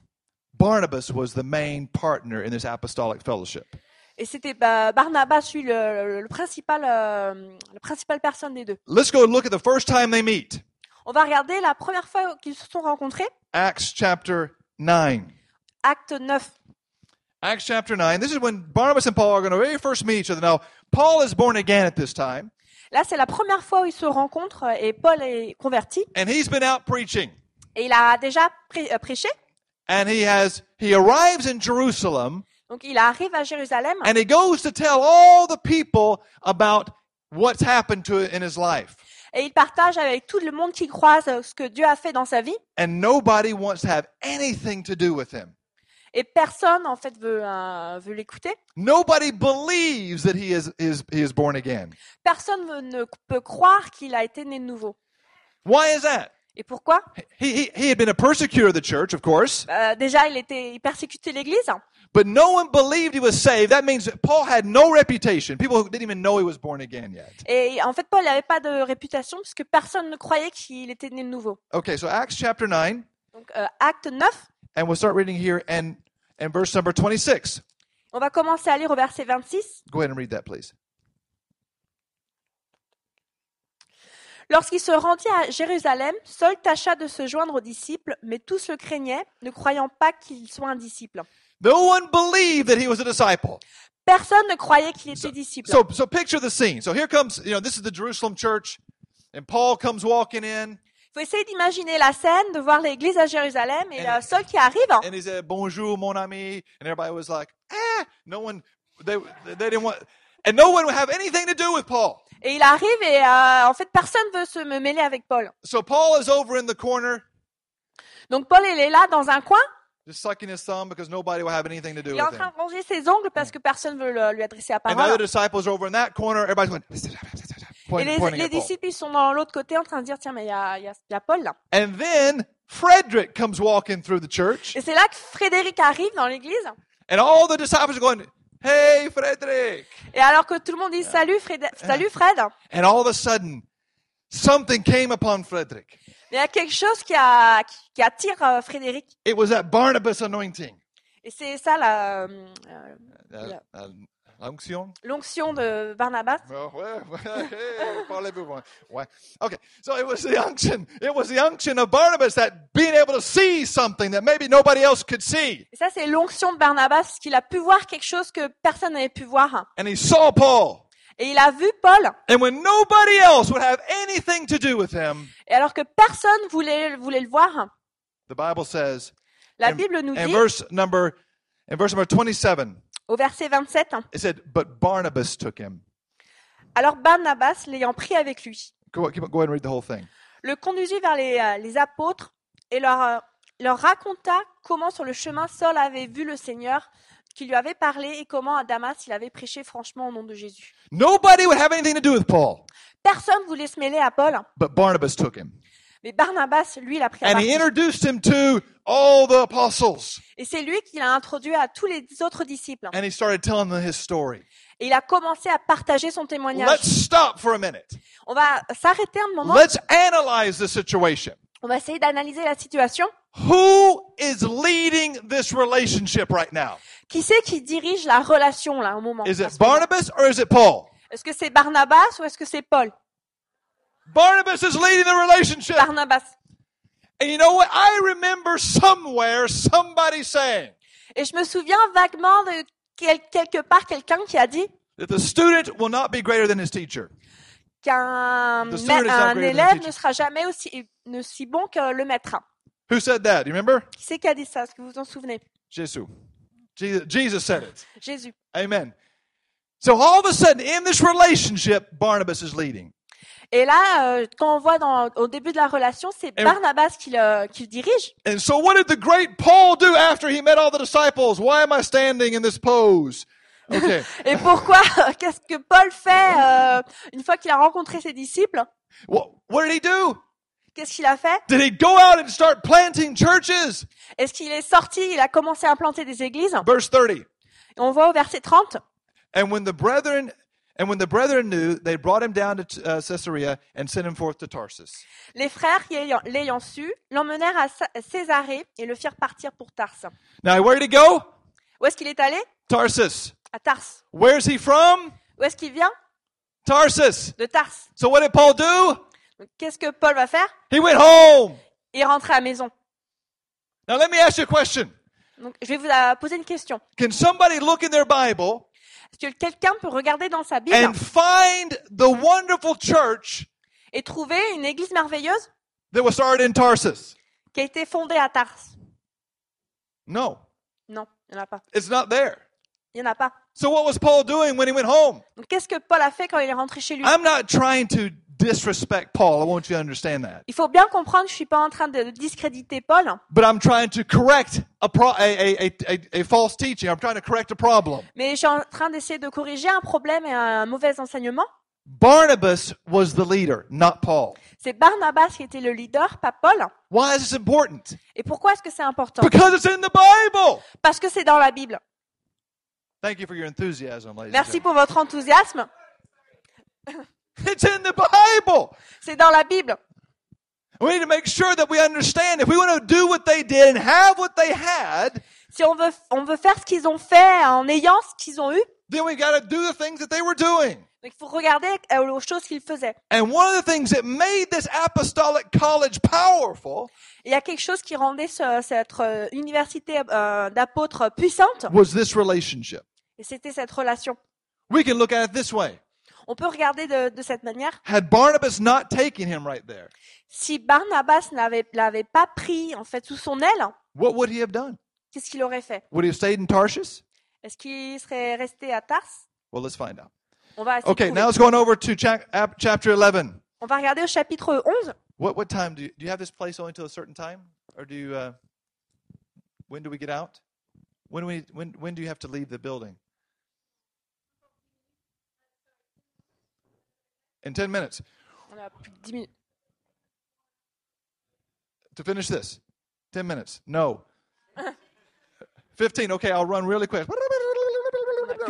Speaker 3: Barnabas was the main partner in this apostolic fellowship.
Speaker 2: Et c'était bah, Barnabas, lui, le, le principal, euh, la principale personne des deux.
Speaker 3: Let's go look at the first time they meet.
Speaker 2: On va regarder la première fois qu'ils se sont rencontrés,
Speaker 3: Acts chapter 9.
Speaker 2: acte 9.
Speaker 3: Acts chapter 9. This is when Barnabas and Paul are going to very first meet each other. Now, Paul is born again at this time,
Speaker 2: Là, c'est la première fois où ils se rencontrent euh, et Paul est converti
Speaker 3: and he's been out preaching.
Speaker 2: et il a déjà prê- euh, prêché.
Speaker 3: And he has he arrives in Jerusalem
Speaker 2: Donc, il arrive à Jérusalem
Speaker 3: and he goes to tell all the people about what's happened to in his life.
Speaker 2: et il partage avec tout le monde qui croise euh, ce que Dieu a fait dans sa vie.
Speaker 3: and nobody wants to have anything to do with him.
Speaker 2: Et personne, en fait, veut, euh, veut l'écouter.
Speaker 3: Nobody believes that he is, is he is born again.
Speaker 2: Personne ne- ne peut croire qu'il a été né de nouveau.
Speaker 3: Why is that?
Speaker 2: Et pourquoi
Speaker 3: He, he, he had been a persecutor of the church, of course,
Speaker 2: Euh, Déjà, il était il persécutait l'Église.
Speaker 3: but no one believed he was saved. That means that Paul had no reputation. People who didn't even know he was born again yet.
Speaker 2: Et en fait, Paul n'avait pas de réputation puisque personne ne croyait qu'il était né de nouveau.
Speaker 3: Okay, so Acts chapter 9,
Speaker 2: Donc, euh, acte 9,
Speaker 3: and we'll start reading here and, and verse number 26.
Speaker 2: on va commencer à lire au verset 26.
Speaker 3: Go ahead and read that, please.
Speaker 2: Lorsqu'il se rendit à Jérusalem, Saul tâcha de se joindre aux disciples, mais tous le craignaient, ne croyant pas qu'il soit un disciple.
Speaker 3: No one believed that he was a disciple.
Speaker 2: Personne ne croyait qu'il était disciple.
Speaker 3: So, so picture the scene. So here comes, you know, this is the Jerusalem church, and Paul comes walking in.
Speaker 2: faut essayer d'imaginer la scène, de voir l'église à Jérusalem et euh, Saul qui arrive. hein.
Speaker 3: and he said bonjour mon ami and everybody was like ah no one they they didn't want and no one would have anything to do with paul
Speaker 2: Et il arrive et euh, en fait personne veut se me mêler avec Paul.
Speaker 3: so paul is over in the corner
Speaker 2: Donc Paul, il est là dans un coin,
Speaker 3: just sucking his thumb because nobody will have anything to do
Speaker 2: il est en
Speaker 3: with him.
Speaker 2: train de ronger ses ongles parce que personne veut le- lui adresser la
Speaker 3: And the other
Speaker 2: parole.
Speaker 3: disciples are over in that corner. Everybody's going,
Speaker 2: Et
Speaker 3: point-
Speaker 2: les,
Speaker 3: pointing
Speaker 2: les
Speaker 3: at Paul.
Speaker 2: disciples ils sont dans l'autre côté en train de dire, tiens, mais il y a, il y a- il y a Paul là.
Speaker 3: And then Frederick comes walking through the church,
Speaker 2: Et c'est là que Frédéric arrive dans l'église.
Speaker 3: and all the disciples are going, Hey, Frederick!
Speaker 2: Et alors que tout le monde
Speaker 3: Ah.
Speaker 2: dit, salut Fred, salut Fred,
Speaker 3: And all of a sudden, something came upon Frederick.
Speaker 2: il y a quelque chose qui, a, qui, qui attire euh, Frédéric.
Speaker 3: It was that Barnabas anointing.
Speaker 2: Et c'est ça la, euh, euh,
Speaker 3: Uh,
Speaker 2: Yeah.
Speaker 3: uh, L'onction?
Speaker 2: l'onction de Barnabas.
Speaker 3: Well, well, well, (laughs) hey, parlez-vous, ouais. Okay, so it was the unction. It was the unction of Barnabas that being able to see something that maybe nobody else could see.
Speaker 2: Et ça, c'est l'onction de Barnabas, qu'il a pu voir quelque chose que personne n'avait pu voir.
Speaker 3: And he saw Paul.
Speaker 2: Et il a vu Paul.
Speaker 3: And when nobody else would have anything to do with him,
Speaker 2: Et alors que personne voulait, voulait le voir,
Speaker 3: the Bible says
Speaker 2: la
Speaker 3: And-
Speaker 2: Bible nous
Speaker 3: in
Speaker 2: dit,
Speaker 3: verse number in verse number 27,
Speaker 2: au verset 27,
Speaker 3: it said, But Barnabas took him.
Speaker 2: alors Barnabas, l'ayant pris avec lui,
Speaker 3: Go, keep, go ahead and read the whole thing.
Speaker 2: le conduisit vers les, euh, les apôtres et leur, euh, leur raconta comment sur le chemin Saul avait vu le Seigneur, qui lui avait parlé et comment à Damas il avait prêché franchement au nom de Jésus.
Speaker 3: Nobody would have anything to do with Paul,
Speaker 2: Personne voulait se mêler à Paul,
Speaker 3: but Barnabas took him.
Speaker 2: mais Barnabas, lui, l'a pris à
Speaker 3: And he
Speaker 2: partie.
Speaker 3: introduced him to all the apostles.
Speaker 2: Et c'est lui qui l'a introduit à tous les autres disciples.
Speaker 3: And he started telling them his story.
Speaker 2: Et il a commencé à partager son témoignage.
Speaker 3: Let's stop for a minute.
Speaker 2: On va s'arrêter un moment.
Speaker 3: Let's analyze the situation.
Speaker 2: On va essayer d'analyser la situation.
Speaker 3: Who is leading this relationship right now?
Speaker 2: Qui c'est qui dirige la relation là au moment
Speaker 3: Is
Speaker 2: à
Speaker 3: it
Speaker 2: ce moment
Speaker 3: Barnabas or is it Paul?
Speaker 2: Est-ce que c'est Barnabas ou est-ce que c'est Paul
Speaker 3: Barnabas is leading the relationship.
Speaker 2: Barnabas.
Speaker 3: And you know what? I remember somewhere somebody saying
Speaker 2: Et je me souviens vaguement de quel- quelque part quelqu'un qui a dit
Speaker 3: that the student will not be greater than his teacher.
Speaker 2: qu'un
Speaker 3: The
Speaker 2: ma-
Speaker 3: student is not
Speaker 2: un
Speaker 3: greater than the
Speaker 2: élève
Speaker 3: teacher.
Speaker 2: ne sera jamais aussi ne si bon que le maître.
Speaker 3: Who said that? Do you remember?
Speaker 2: Qui c'est qui a dit ça Est-ce que vous vous en souvenez
Speaker 3: Jesus. Jesus, Jesus said it.
Speaker 2: Jésus.
Speaker 3: Amen. So all of a sudden, in this relationship, Barnabas is leading.
Speaker 2: Et là, euh, quand on voit dans, au début de la relation, c'est
Speaker 3: Et-
Speaker 2: Barnabas qui le, qui le dirige.
Speaker 3: And so, what did the great Paul do after he met all the disciples? Why am I standing in this pose? Okay.
Speaker 2: Et pourquoi (laughs) Qu'est-ce que Paul fait euh, une fois qu'il a rencontré ses disciples
Speaker 3: what, what did he do?
Speaker 2: Qu'est-ce qu'il a fait
Speaker 3: Did he go out and start planting churches?
Speaker 2: Est-ce qu'il est sorti Il a commencé à implanter des églises.
Speaker 3: Verse 30.
Speaker 2: Et on voit au verset 30.
Speaker 3: And when the brethren and when the brethren knew, they brought him down to uh, Caesarea and sent him forth to Tarsus.
Speaker 2: Les frères, y ayant- l'ayant su, l'emmenèrent à Sa- Césarée et le firent partir pour Tarse.
Speaker 3: Now, where did he go?
Speaker 2: Où est-ce qu'il est allé
Speaker 3: Tarsus.
Speaker 2: À Tarse.
Speaker 3: Where's he from?
Speaker 2: Où est-ce qu'il vient
Speaker 3: Tarsus.
Speaker 2: De Tarse.
Speaker 3: So, what did Paul do?
Speaker 2: Donc, Qu'est-ce que Paul va faire
Speaker 3: He went home.
Speaker 2: Il rentre à la maison.
Speaker 3: Now, let me ask you a question.
Speaker 2: Donc, je vais vous euh, poser une question.
Speaker 3: Can somebody look in their Bible
Speaker 2: Est-ce que quelqu'un peut regarder dans sa Bible
Speaker 3: and find the wonderful church
Speaker 2: et trouver une église merveilleuse
Speaker 3: that was started in Tarsus?
Speaker 2: qui a été fondée à Tarse
Speaker 3: No,
Speaker 2: Non, il n'y en a pas.
Speaker 3: it's not there.
Speaker 2: Il n'y en a pas.
Speaker 3: So what was Paul doing when he went home?
Speaker 2: Donc, qu'est-ce que Paul a fait quand il est rentré chez lui
Speaker 3: I'm not trying to disrespect Paul. I want you to understand that.
Speaker 2: Il faut bien comprendre, je suis pas en train de discréditer Paul, hein,
Speaker 3: But I'm trying to correct a, pro- a, a, a, a, a false teaching. I'm trying to correct a problem.
Speaker 2: mais je suis en train d'essayer de corriger un problème et un mauvais enseignement.
Speaker 3: Barnabas was the leader, not Paul.
Speaker 2: C'est Barnabas qui était le leader, pas Paul.
Speaker 3: Why is this important?
Speaker 2: Et pourquoi est-ce que c'est important
Speaker 3: Because it's in the Bible.
Speaker 2: Parce que c'est dans la Bible.
Speaker 3: Thank you for your enthusiasm, ladies. and
Speaker 2: Merci pour votre enthousiasme.
Speaker 3: gentlemen. It's in the Bible.
Speaker 2: C'est dans la Bible.
Speaker 3: We need to make sure that we understand if we want to do what they did and have what they had,
Speaker 2: Si on veut, on veut faire ce qu'ils ont fait en ayant ce qu'ils ont eu,
Speaker 3: then we got to do the things that they were doing.
Speaker 2: donc il faut regarder euh, aux choses qu'ils faisaient.
Speaker 3: And one of the things that made this apostolic college powerful
Speaker 2: Il y a quelque chose qui rendait ce- cette euh, université euh, d'apôtres puissante,
Speaker 3: was this relationship.
Speaker 2: et c'était cette relation.
Speaker 3: We can look at it this way.
Speaker 2: On peut regarder de, de cette manière.
Speaker 3: Had Barnabas not taken him right there,
Speaker 2: Si Barnabas n'avait l'avait pas pris en fait sous son aile,
Speaker 3: what would he have done?
Speaker 2: qu'est-ce qu'il aurait fait
Speaker 3: Would he have stayed in Tarshish?
Speaker 2: Est-ce qu'il serait resté à Tarse
Speaker 3: Well, let's find out.
Speaker 2: On va essayer de
Speaker 3: Okay,
Speaker 2: trouver.
Speaker 3: now it's going over to cha- ap- chapter 11.
Speaker 2: On va regarder au chapitre 11.
Speaker 3: What, what time do you, do you have this place only till a certain time? or do you, uh, when do we get out? When we when when do you have to leave the building? In ten minutes
Speaker 4: On a plus de 10 minutes.
Speaker 3: to finish this. Ten minutes. No. Fifteen. Okay, I'll run really quick.
Speaker 4: Plus que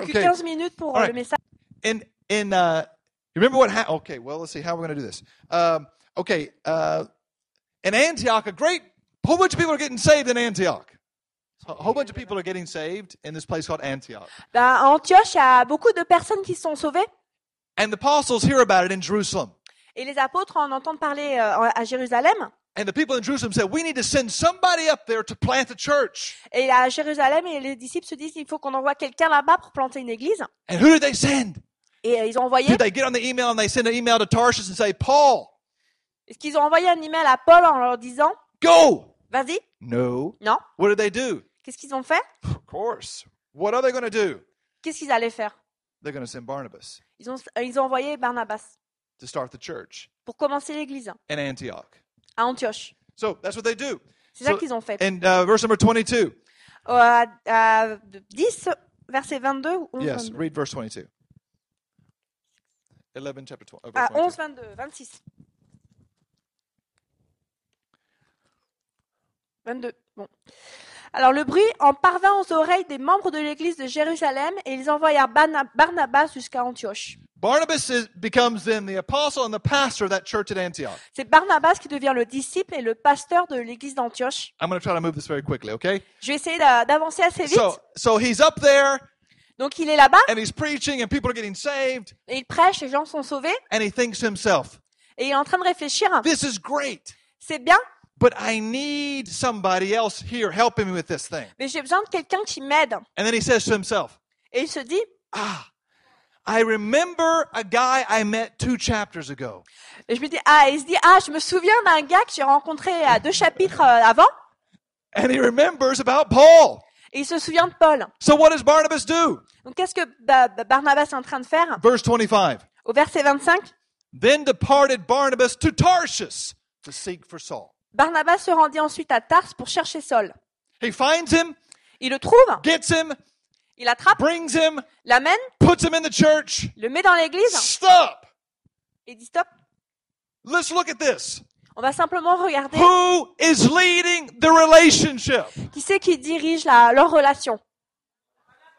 Speaker 3: Okay.
Speaker 4: 15 minutes pour euh,
Speaker 3: Ah, Alright.
Speaker 4: le message.
Speaker 3: in in uh you remember what happened okay well let's see how we're going to do this um okay uh in antioch a great whole bunch of people are getting saved in antioch a whole bunch of people are getting saved in this place called antioch
Speaker 2: Ben, à Antioche, il y a beaucoup de personnes qui sont sauvées.
Speaker 3: and the apostles hear about it in jerusalem
Speaker 2: Et les apôtres en entendent parler euh, à Jérusalem.
Speaker 3: and the people in jerusalem said we need to send somebody up there to plant a church
Speaker 2: Et à Jérusalem, et les disciples se disent, il faut qu'on envoie quelqu'un là-bas pour planter une église.
Speaker 3: and who did they send
Speaker 2: Et euh, ils ont envoyé,
Speaker 3: did they get on the email and they send an email to tarshish and say paul
Speaker 2: est-ce qu'ils ont envoyé un email à Paul en leur disant,
Speaker 3: go
Speaker 2: vas-y,
Speaker 3: no
Speaker 2: non.
Speaker 3: what did they do
Speaker 2: Qu'est-ce qu'ils ont fait?
Speaker 3: of course what are they going to do
Speaker 2: Qu'est-ce qu'ils allaient faire?
Speaker 3: they're going to send barnabas
Speaker 2: Ils ont, euh, ils ont envoyé Barnabas
Speaker 3: to start the church
Speaker 2: pour commencer l'église
Speaker 3: in Antioch.
Speaker 2: à Antioche.
Speaker 3: So that's what they do.
Speaker 2: C'est ça
Speaker 3: So-
Speaker 2: qu'ils ont fait.
Speaker 3: And uh, verse number
Speaker 2: Euh,
Speaker 3: 22.
Speaker 2: à, à 10, verset 22 ou 11,
Speaker 3: Yes,
Speaker 2: 22.
Speaker 3: read verse 22. 11, chapter uh, 12.
Speaker 2: À 11, 22, 26. 22. Bon. Alors le bruit en parvint aux oreilles des membres de l'église de Jérusalem et ils envoyèrent Barna- Barnabas jusqu'à Antioche.
Speaker 3: Barnabas is, becomes then the apostle and the pastor of that church at Antioch.
Speaker 2: C'est Barnabas qui devient le disciple et le pasteur de l'église d'Antioche.
Speaker 3: I'm going to try to move this very quickly, okay?
Speaker 2: Je vais essayer d'a- d'avancer assez vite.
Speaker 3: So, so he's up there
Speaker 2: Donc il est là-bas
Speaker 3: and he's preaching and people are getting saved
Speaker 2: et il prêche, les gens sont sauvés
Speaker 3: and he thinks to himself,
Speaker 2: et il est en train de réfléchir.
Speaker 3: this is great,
Speaker 2: C'est bien,
Speaker 3: but I need somebody else here helping me with this thing.
Speaker 2: mais j'ai besoin de quelqu'un qui m'aide.
Speaker 3: And then he says to himself,
Speaker 2: Et il se dit,
Speaker 3: ah, I remember a guy I met two chapters ago.
Speaker 2: et je me dis, ah, il se dit, ah, je me souviens d'un gars que j'ai rencontré à deux chapitres euh, avant
Speaker 3: And he remembers about Paul.
Speaker 2: et il se souvient de Paul.
Speaker 3: So what does Barnabas do?
Speaker 2: Donc qu'est-ce que Ba- Ba- Barnabas est en train de faire
Speaker 3: Verse 25.
Speaker 2: Au verset 25,
Speaker 3: Then departed Barnabas to Tarshish to seek for Saul.
Speaker 2: Barnabas se rendit ensuite à Tars pour chercher Saul.
Speaker 3: He finds him,
Speaker 2: Il le trouve,
Speaker 3: gets him,
Speaker 2: il l'attrape,
Speaker 3: brings him,
Speaker 2: l'amène,
Speaker 3: puts him in the church.
Speaker 2: le met dans l'église
Speaker 3: Stop.
Speaker 2: et dit stop.
Speaker 3: Let's look at this.
Speaker 2: On va simplement regarder
Speaker 3: Who is leading the relationship?
Speaker 2: qui c'est qui dirige la, leur relation.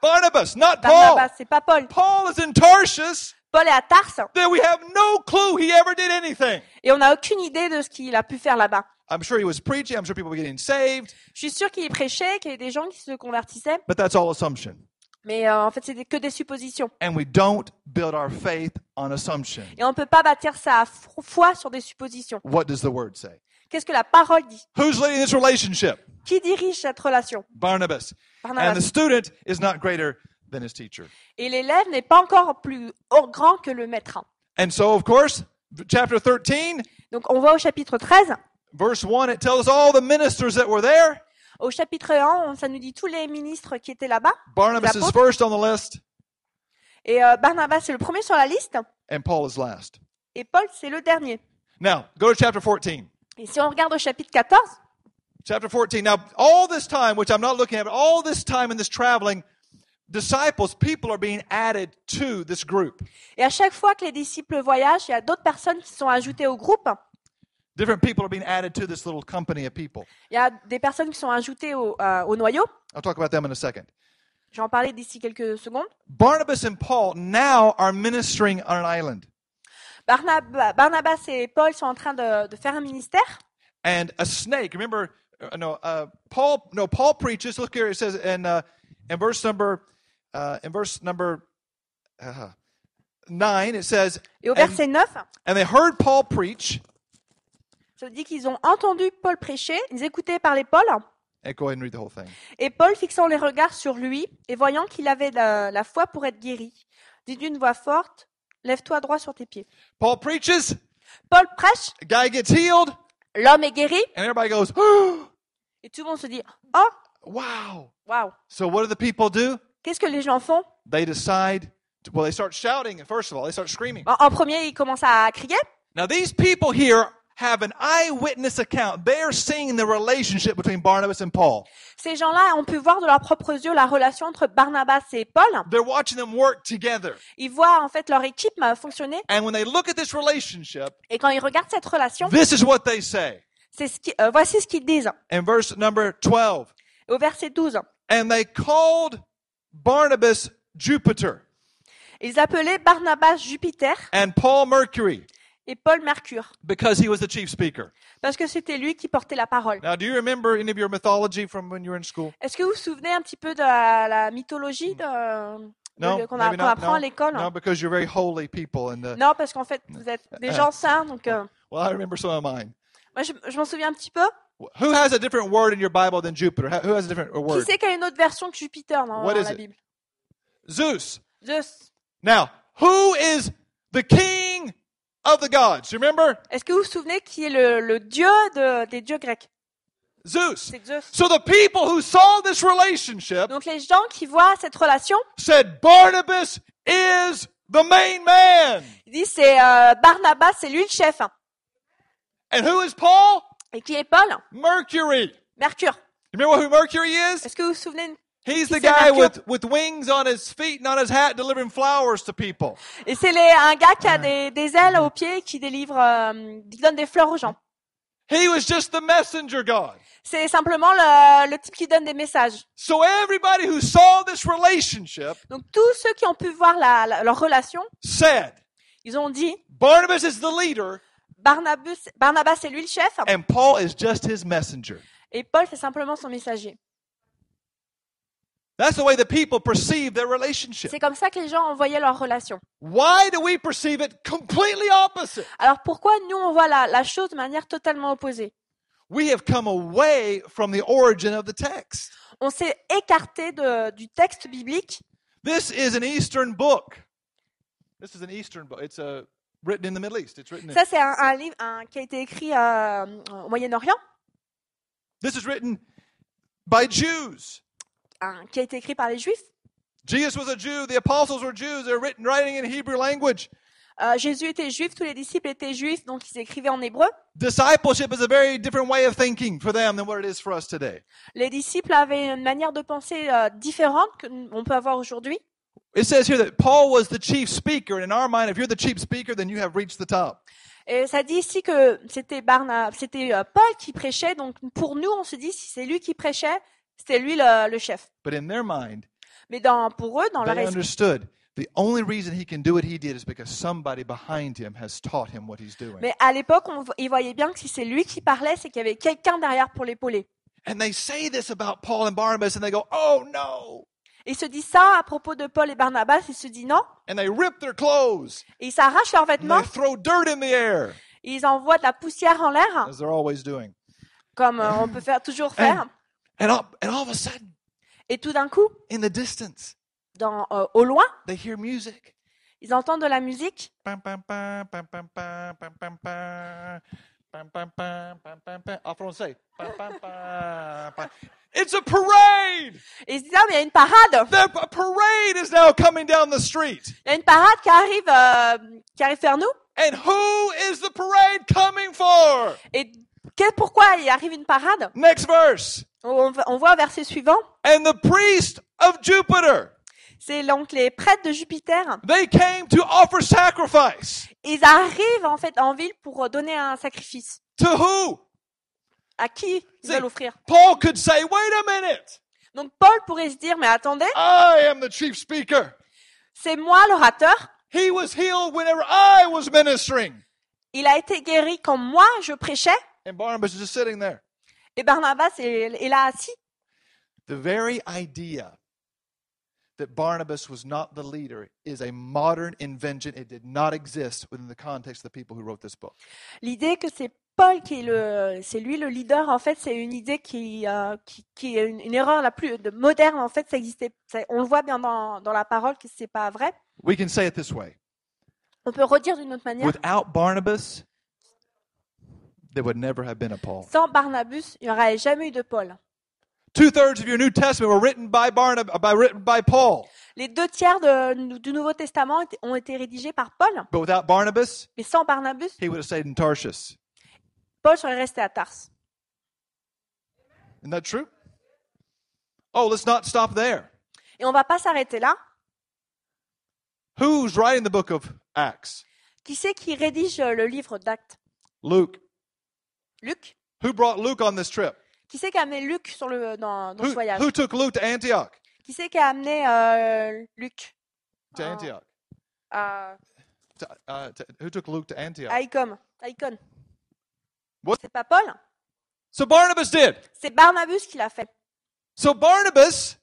Speaker 3: Barnabas, not Paul.
Speaker 2: Barnabas, c'est pas Paul.
Speaker 3: Paul is in Tarshish.
Speaker 2: Paul est à Tars
Speaker 3: Then we have no clue he ever did anything.
Speaker 2: et on n'a aucune idée de ce qu'il a pu faire là-bas.
Speaker 3: I'm sure he was preaching. I'm sure people were getting saved,
Speaker 2: Je suis sûre qu'il y prêchait, qu'il y avait des gens qui se convertissaient,
Speaker 3: but that's all assumption.
Speaker 2: mais euh, en fait, c'était que des suppositions.
Speaker 3: and we don't build our faith on assumption.
Speaker 2: Et on ne peut pas bâtir sa fro- foi sur des suppositions.
Speaker 3: What does the word say?
Speaker 2: Qu'est-ce que la parole dit
Speaker 3: Who's leading this relationship?
Speaker 2: Qui dirige cette relation
Speaker 3: Barnabas. And the
Speaker 2: Barnabas.
Speaker 3: student is not greater than his teacher.
Speaker 2: Et l'élève n'est pas encore plus haut- grand que le maître.
Speaker 3: And so, of course, chapter 13,
Speaker 2: Donc on va au chapitre 13.
Speaker 3: verse 1, it tells us all the ministers that were there.
Speaker 2: Au chapitre 1, on- ça nous dit tous les ministres qui étaient là-bas.
Speaker 3: Barnabas is first on the list,
Speaker 2: Et euh, Barnabas, c'est le premier sur la liste.
Speaker 3: and Paul is last.
Speaker 2: Et Paul, c'est le dernier.
Speaker 3: Now, go to chapter 14.
Speaker 2: Et si on regarde au chapitre 14,
Speaker 3: Chapter 14. Now, all this time, which I'm not looking at, but all this time in this traveling, disciples, people are being added to this group.
Speaker 2: et à chaque fois que les disciples voyagent, il y a d'autres personnes qui sont ajoutées au groupe.
Speaker 3: Different people are being added to this little company of people.
Speaker 2: Il y a des personnes qui sont ajoutées au, euh, au noyau.
Speaker 3: I'll talk about them in a second.
Speaker 2: J'en parlais d'ici quelques secondes.
Speaker 3: Barnabas and Paul now are ministering on an island.
Speaker 2: Barnab- Barnabas et Paul sont en train de, de faire un ministère.
Speaker 3: And a snake, remember, uh, no, uh, Paul, no, Paul preaches. Look here, it says in, uh, in verse number, uh, in verse number uh, nine, it says,
Speaker 2: Et au
Speaker 3: and,
Speaker 2: verset 9,
Speaker 3: and they heard Paul preach.
Speaker 2: ça dit qu'ils ont entendu Paul prêcher, ils écoutaient parler Paul,
Speaker 3: And go ahead and read the whole thing.
Speaker 2: et Paul fixant les regards sur lui et voyant qu'il avait la, la foi pour être guéri, dit d'une voix forte, lève-toi droit sur tes pieds.
Speaker 3: Paul preaches,
Speaker 2: Paul prêche,
Speaker 3: a guy gets healed,
Speaker 2: l'homme est guéri,
Speaker 3: and everybody goes, (gasps) oh,
Speaker 2: et tout le monde se dit, oh,
Speaker 3: wow.
Speaker 2: waouh,
Speaker 3: So what do the people do?
Speaker 2: qu'est-ce que les gens font
Speaker 3: They decide, to, well, they start shouting, first of all, they start screaming.
Speaker 2: En- En premier, ils commencent à crier.
Speaker 3: Now, these people here have an eyewitness account. They are seeing the relationship between Barnabas and Paul.
Speaker 2: Ces gens-là, on peut voir de leurs propres yeux la relation entre Barnabas et Paul.
Speaker 3: They're watching them work together.
Speaker 2: Ils voient en fait leur équipe euh, fonctionner
Speaker 3: And when they look at this relationship,
Speaker 2: et quand ils regardent cette relation,
Speaker 3: this is what they say.
Speaker 2: c'est ce qui, euh, voici ce qu'ils disent
Speaker 3: In verse number 12,
Speaker 2: au verset 12.
Speaker 3: and they called Barnabas Jupiter
Speaker 2: Ils appelaient Barnabas Jupiter
Speaker 3: and Paul Mercury
Speaker 2: et Paul Mercure
Speaker 3: because he was the chief speaker.
Speaker 2: parce que c'était lui qui portait la parole.
Speaker 3: Now, do you remember any of your mythology from when you were in school?
Speaker 2: Est-ce que vous vous souvenez un petit peu de la, la mythologie de- de-
Speaker 3: No,
Speaker 2: qu'on a-
Speaker 3: maybe
Speaker 2: qu'on
Speaker 3: not.
Speaker 2: apprend
Speaker 3: No,
Speaker 2: à l'école
Speaker 3: no, because you're very holy people. And uh,
Speaker 2: Non, parce qu'en fait, vous êtes
Speaker 3: euh.
Speaker 2: des gens saints, donc euh,
Speaker 3: well, I remember some of mine.
Speaker 2: moi je, je m'en souviens un petit peu.
Speaker 3: Who has a different word in your Bible than Jupiter? Ha- Who has a different
Speaker 2: Qui
Speaker 3: word?
Speaker 2: c'est qui a une autre version que Jupiter dans,
Speaker 3: What
Speaker 2: dans
Speaker 3: is
Speaker 2: la
Speaker 3: it?
Speaker 2: Bible
Speaker 3: Zeus.
Speaker 2: Zeus.
Speaker 3: Now, who is the king of the gods? You remember?
Speaker 2: Est-ce que vous vous souvenez qui est le, le dieu de- des dieux grecs
Speaker 3: Zeus.
Speaker 2: C'est Zeus.
Speaker 3: So the people who saw this relationship
Speaker 2: Donc les gens qui voient cette relation,
Speaker 3: said Barnabas is the main man.
Speaker 2: ils disent c'est euh, Barnabas, c'est lui le chef. hein,
Speaker 3: And who is Paul?
Speaker 2: Et qui est Paul
Speaker 3: Mercury.
Speaker 2: Mercure.
Speaker 3: You remember who Mercury is?
Speaker 2: Est-ce que vous vous souvenez
Speaker 3: He's
Speaker 2: He said
Speaker 3: the guy
Speaker 2: Mercury.
Speaker 3: with, with wings on his feet and on his hat delivering flowers to people.
Speaker 2: Et c'est les- un gars qui a des, des ailes aux pieds et qui délivre, euh, qui donne des fleurs aux gens.
Speaker 3: He was just the messenger god.
Speaker 2: C'est simplement le, le type qui donne des messages.
Speaker 3: So everybody who saw this relationship
Speaker 2: Donc tous ceux qui ont pu voir la, la- leur relation,
Speaker 3: said
Speaker 2: ils ont dit
Speaker 3: Barnabas is the leader
Speaker 2: Barnabas, Barnabas c'est lui le chef
Speaker 3: and Paul is just his messenger.
Speaker 2: et Paul c'est simplement son messager.
Speaker 3: That's the way the people perceive their relationship.
Speaker 2: C'est comme ça que les gens envoyaient leur relation.
Speaker 3: Why do we perceive it completely opposite?
Speaker 2: Alors pourquoi nous on voit la, la chose de manière totalement opposée
Speaker 3: We have come away from the origin of the text.
Speaker 2: On s'est écarté de- du texte biblique.
Speaker 3: This is an Eastern book. This is an Eastern book. It's uh, written in the Middle East. It's written. In,
Speaker 2: Ça c'est un, un livre un- qui a été écrit euh, au Moyen-Orient,
Speaker 3: this is written by Jews.
Speaker 2: un- qui a été écrit par les Juifs.
Speaker 3: Jesus was a Jew. The apostles were Jews. They're written writing in Hebrew language.
Speaker 2: Euh, Jésus était juif, tous les disciples étaient juifs, donc ils écrivaient en hébreu.
Speaker 3: Discipleship is a very different way of thinking for them than what it is for us today.
Speaker 2: Les disciples avaient une manière de penser euh, différente que nous- on peut avoir aujourd'hui.
Speaker 3: It says here that Paul was the chief speaker, and in our mind, if you're the chief speaker, then you have reached the top.
Speaker 2: Et ça dit ici que c'était Barna, c'était euh, Paul qui prêchait. Donc pour nous, on se dit si c'est lui qui prêchait, c'était lui le, le chef.
Speaker 3: But in their mind,
Speaker 2: Mais dans, pour eux, dans leur
Speaker 3: they
Speaker 2: esprit,
Speaker 3: understood the only reason he can do what he did is because somebody behind him has taught him what he's doing.
Speaker 2: mais à l'époque, on, vo- ils voyaient bien que si c'est lui qui parlait, c'est qu'il y avait quelqu'un derrière pour l'épauler.
Speaker 3: And they say this about Paul and Barnabas, and they go, "Oh no!"
Speaker 2: Et Ils se disent ça à propos de Paul et Barnabas. Ils se disent non.
Speaker 3: And they rip their clothes,
Speaker 2: Et ils s'arrachent leurs
Speaker 3: and
Speaker 2: vêtements.
Speaker 3: they throw dirt in the air,
Speaker 2: et Ils envoient de la poussière en l'air,
Speaker 3: as they're always doing.
Speaker 2: comme euh, on peut faire toujours faire.
Speaker 3: And all, and all of a sudden,
Speaker 2: Et tout d'un coup,
Speaker 3: in the distance,
Speaker 2: dans, euh, au loin,
Speaker 3: they hear music.
Speaker 2: ils entendent de la musique.
Speaker 3: Bam, bam, bam, bam, bam, bam, bam, bam, bam. Bam, bam, bam, bam, bam, bam. En français. Bam, bam, bam, bam. It's a parade!
Speaker 2: Et ils se disent ah mais il y a une parade.
Speaker 3: The p- parade is now coming down the street.
Speaker 2: Il y a une parade qui arrive, euh, qui arrive vers nous.
Speaker 3: And who is the parade coming for?
Speaker 2: Et que- pourquoi il arrive une parade
Speaker 3: Next verse.
Speaker 2: on, on voit au verset suivant,
Speaker 3: And the priest of Jupiter.
Speaker 2: c'est donc les prêtres de Jupiter.
Speaker 3: They came to offer sacrifice.
Speaker 2: Ils arrivent en fait en ville pour euh, donner un sacrifice.
Speaker 3: To who?
Speaker 2: À qui ils
Speaker 3: C'est-
Speaker 2: veulent offrir
Speaker 3: Paul could say, wait a minute.
Speaker 2: Donc Paul pourrait se dire, mais attendez,
Speaker 3: I am the chief speaker.
Speaker 2: c'est moi l'orateur.
Speaker 3: He was healed whenever I was ministering.
Speaker 2: Il a été guéri quand moi je prêchais.
Speaker 3: And Barnabas is just sitting there.
Speaker 2: Et Barnabas est, est là assis.
Speaker 3: The very idea that Barnabas was not the leader is a modern invention. It did not exist within the context of the people who wrote this book.
Speaker 2: L'idée que c'est Paul qui est le, c'est lui le leader. En fait, c'est une idée qui, euh, qui, qui est une, une erreur la plus de- moderne. En fait, ça existait. ça- on le voit bien dans, dans la parole que c'est pas vrai.
Speaker 3: We can say it this way
Speaker 2: On peut redire d'une autre manière.
Speaker 3: without Barnabas, there would never have been a Paul.
Speaker 2: Sans Barnabas, il n'y aurait jamais eu de Paul.
Speaker 3: Two thirds of your New Testament were written by Barnabas, by, written by Paul.
Speaker 2: Les deux tiers de- du Nouveau Testament étaient- ont été rédigés par Paul,
Speaker 3: But without Barnabas,
Speaker 2: mais sans Barnabas,
Speaker 3: he would have stayed in Tarshish.
Speaker 2: Paul serait resté à Tarse.
Speaker 3: Isn't that true? Oh, let's not stop there.
Speaker 2: Et on va pas s'arrêter là.
Speaker 3: Who's writing the book of Acts?
Speaker 2: Qui c'est qui rédige euh, le livre d'Actes
Speaker 3: Luke.
Speaker 2: Luc.
Speaker 3: Who brought Luke on this trip?
Speaker 2: Qui c'est qui a amené Luc sur le, dans, dans ce
Speaker 3: Who,
Speaker 2: voyage
Speaker 3: who took Luke to Antioch?
Speaker 2: Qui c'est qui a amené euh, Luc
Speaker 3: To
Speaker 2: Ah.
Speaker 3: Antioch.
Speaker 2: à,
Speaker 3: To, uh, to- who took Luke to Antioch?
Speaker 2: à Icône À Icône
Speaker 3: What?
Speaker 2: C'est pas Paul
Speaker 3: so Barnabas did.
Speaker 2: C'est Barnabas qui l'a fait.
Speaker 3: So Barnabas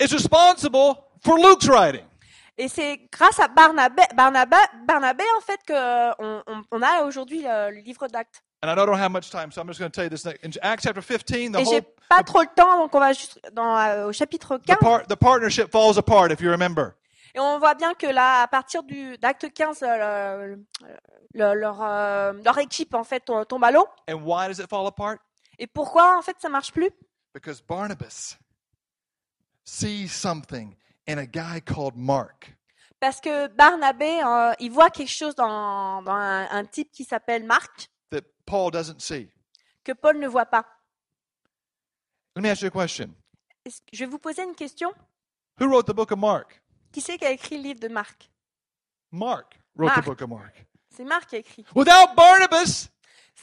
Speaker 3: is responsible for Luke's writing.
Speaker 2: Et c'est grâce à Barnabé, Barnabé, Barnabé en fait que euh, on, on- on a aujourd'hui le, le livre d'Actes.
Speaker 3: And I don't have much time, so I'm just going to tell you this. next- In Acts chapter 15, the
Speaker 2: Et j'ai
Speaker 3: whole
Speaker 2: pas trop le temps, donc on va juste dans, euh, au chapitre
Speaker 3: the,
Speaker 2: 15.
Speaker 3: par, the partnership falls apart, if you remember.
Speaker 2: Et on voit bien que là, à partir du d'acte 15, euh, le- le- leur, euh, leur équipe en fait to- tombe à l'eau.
Speaker 3: And why does it fall apart?
Speaker 2: Et pourquoi en fait ça marche plus
Speaker 3: Because Barnabas sees something in a guy called Mark.
Speaker 2: Parce que Barnabé, euh, il voit quelque chose dans, dans un, un type qui s'appelle Marc
Speaker 3: that Paul doesn't see.
Speaker 2: que Paul ne voit pas.
Speaker 3: Let me ask you a question.
Speaker 2: Est-ce que- Je vais vous poser une question.
Speaker 3: Who wrote the book of Mark?
Speaker 2: Qui c'est qui a écrit le livre de Marc
Speaker 3: Mark wrote
Speaker 2: Mark.
Speaker 3: the book of Mark.
Speaker 2: C'est Marc qui a écrit.
Speaker 3: Without Barnabas,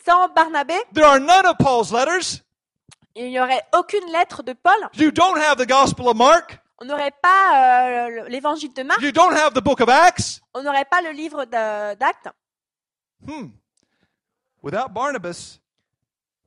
Speaker 2: Sans Barnabé,
Speaker 3: there are none of Paul's letters.
Speaker 2: il n'y aurait aucune lettre de Paul.
Speaker 3: You don't have the Gospel of Mark.
Speaker 2: On n'aurait pas euh, l'évangile de Marc.
Speaker 3: You don't have the book of Acts.
Speaker 2: On n'aurait pas le livre d'A- d'Actes.
Speaker 3: Hmm. Without Barnabas,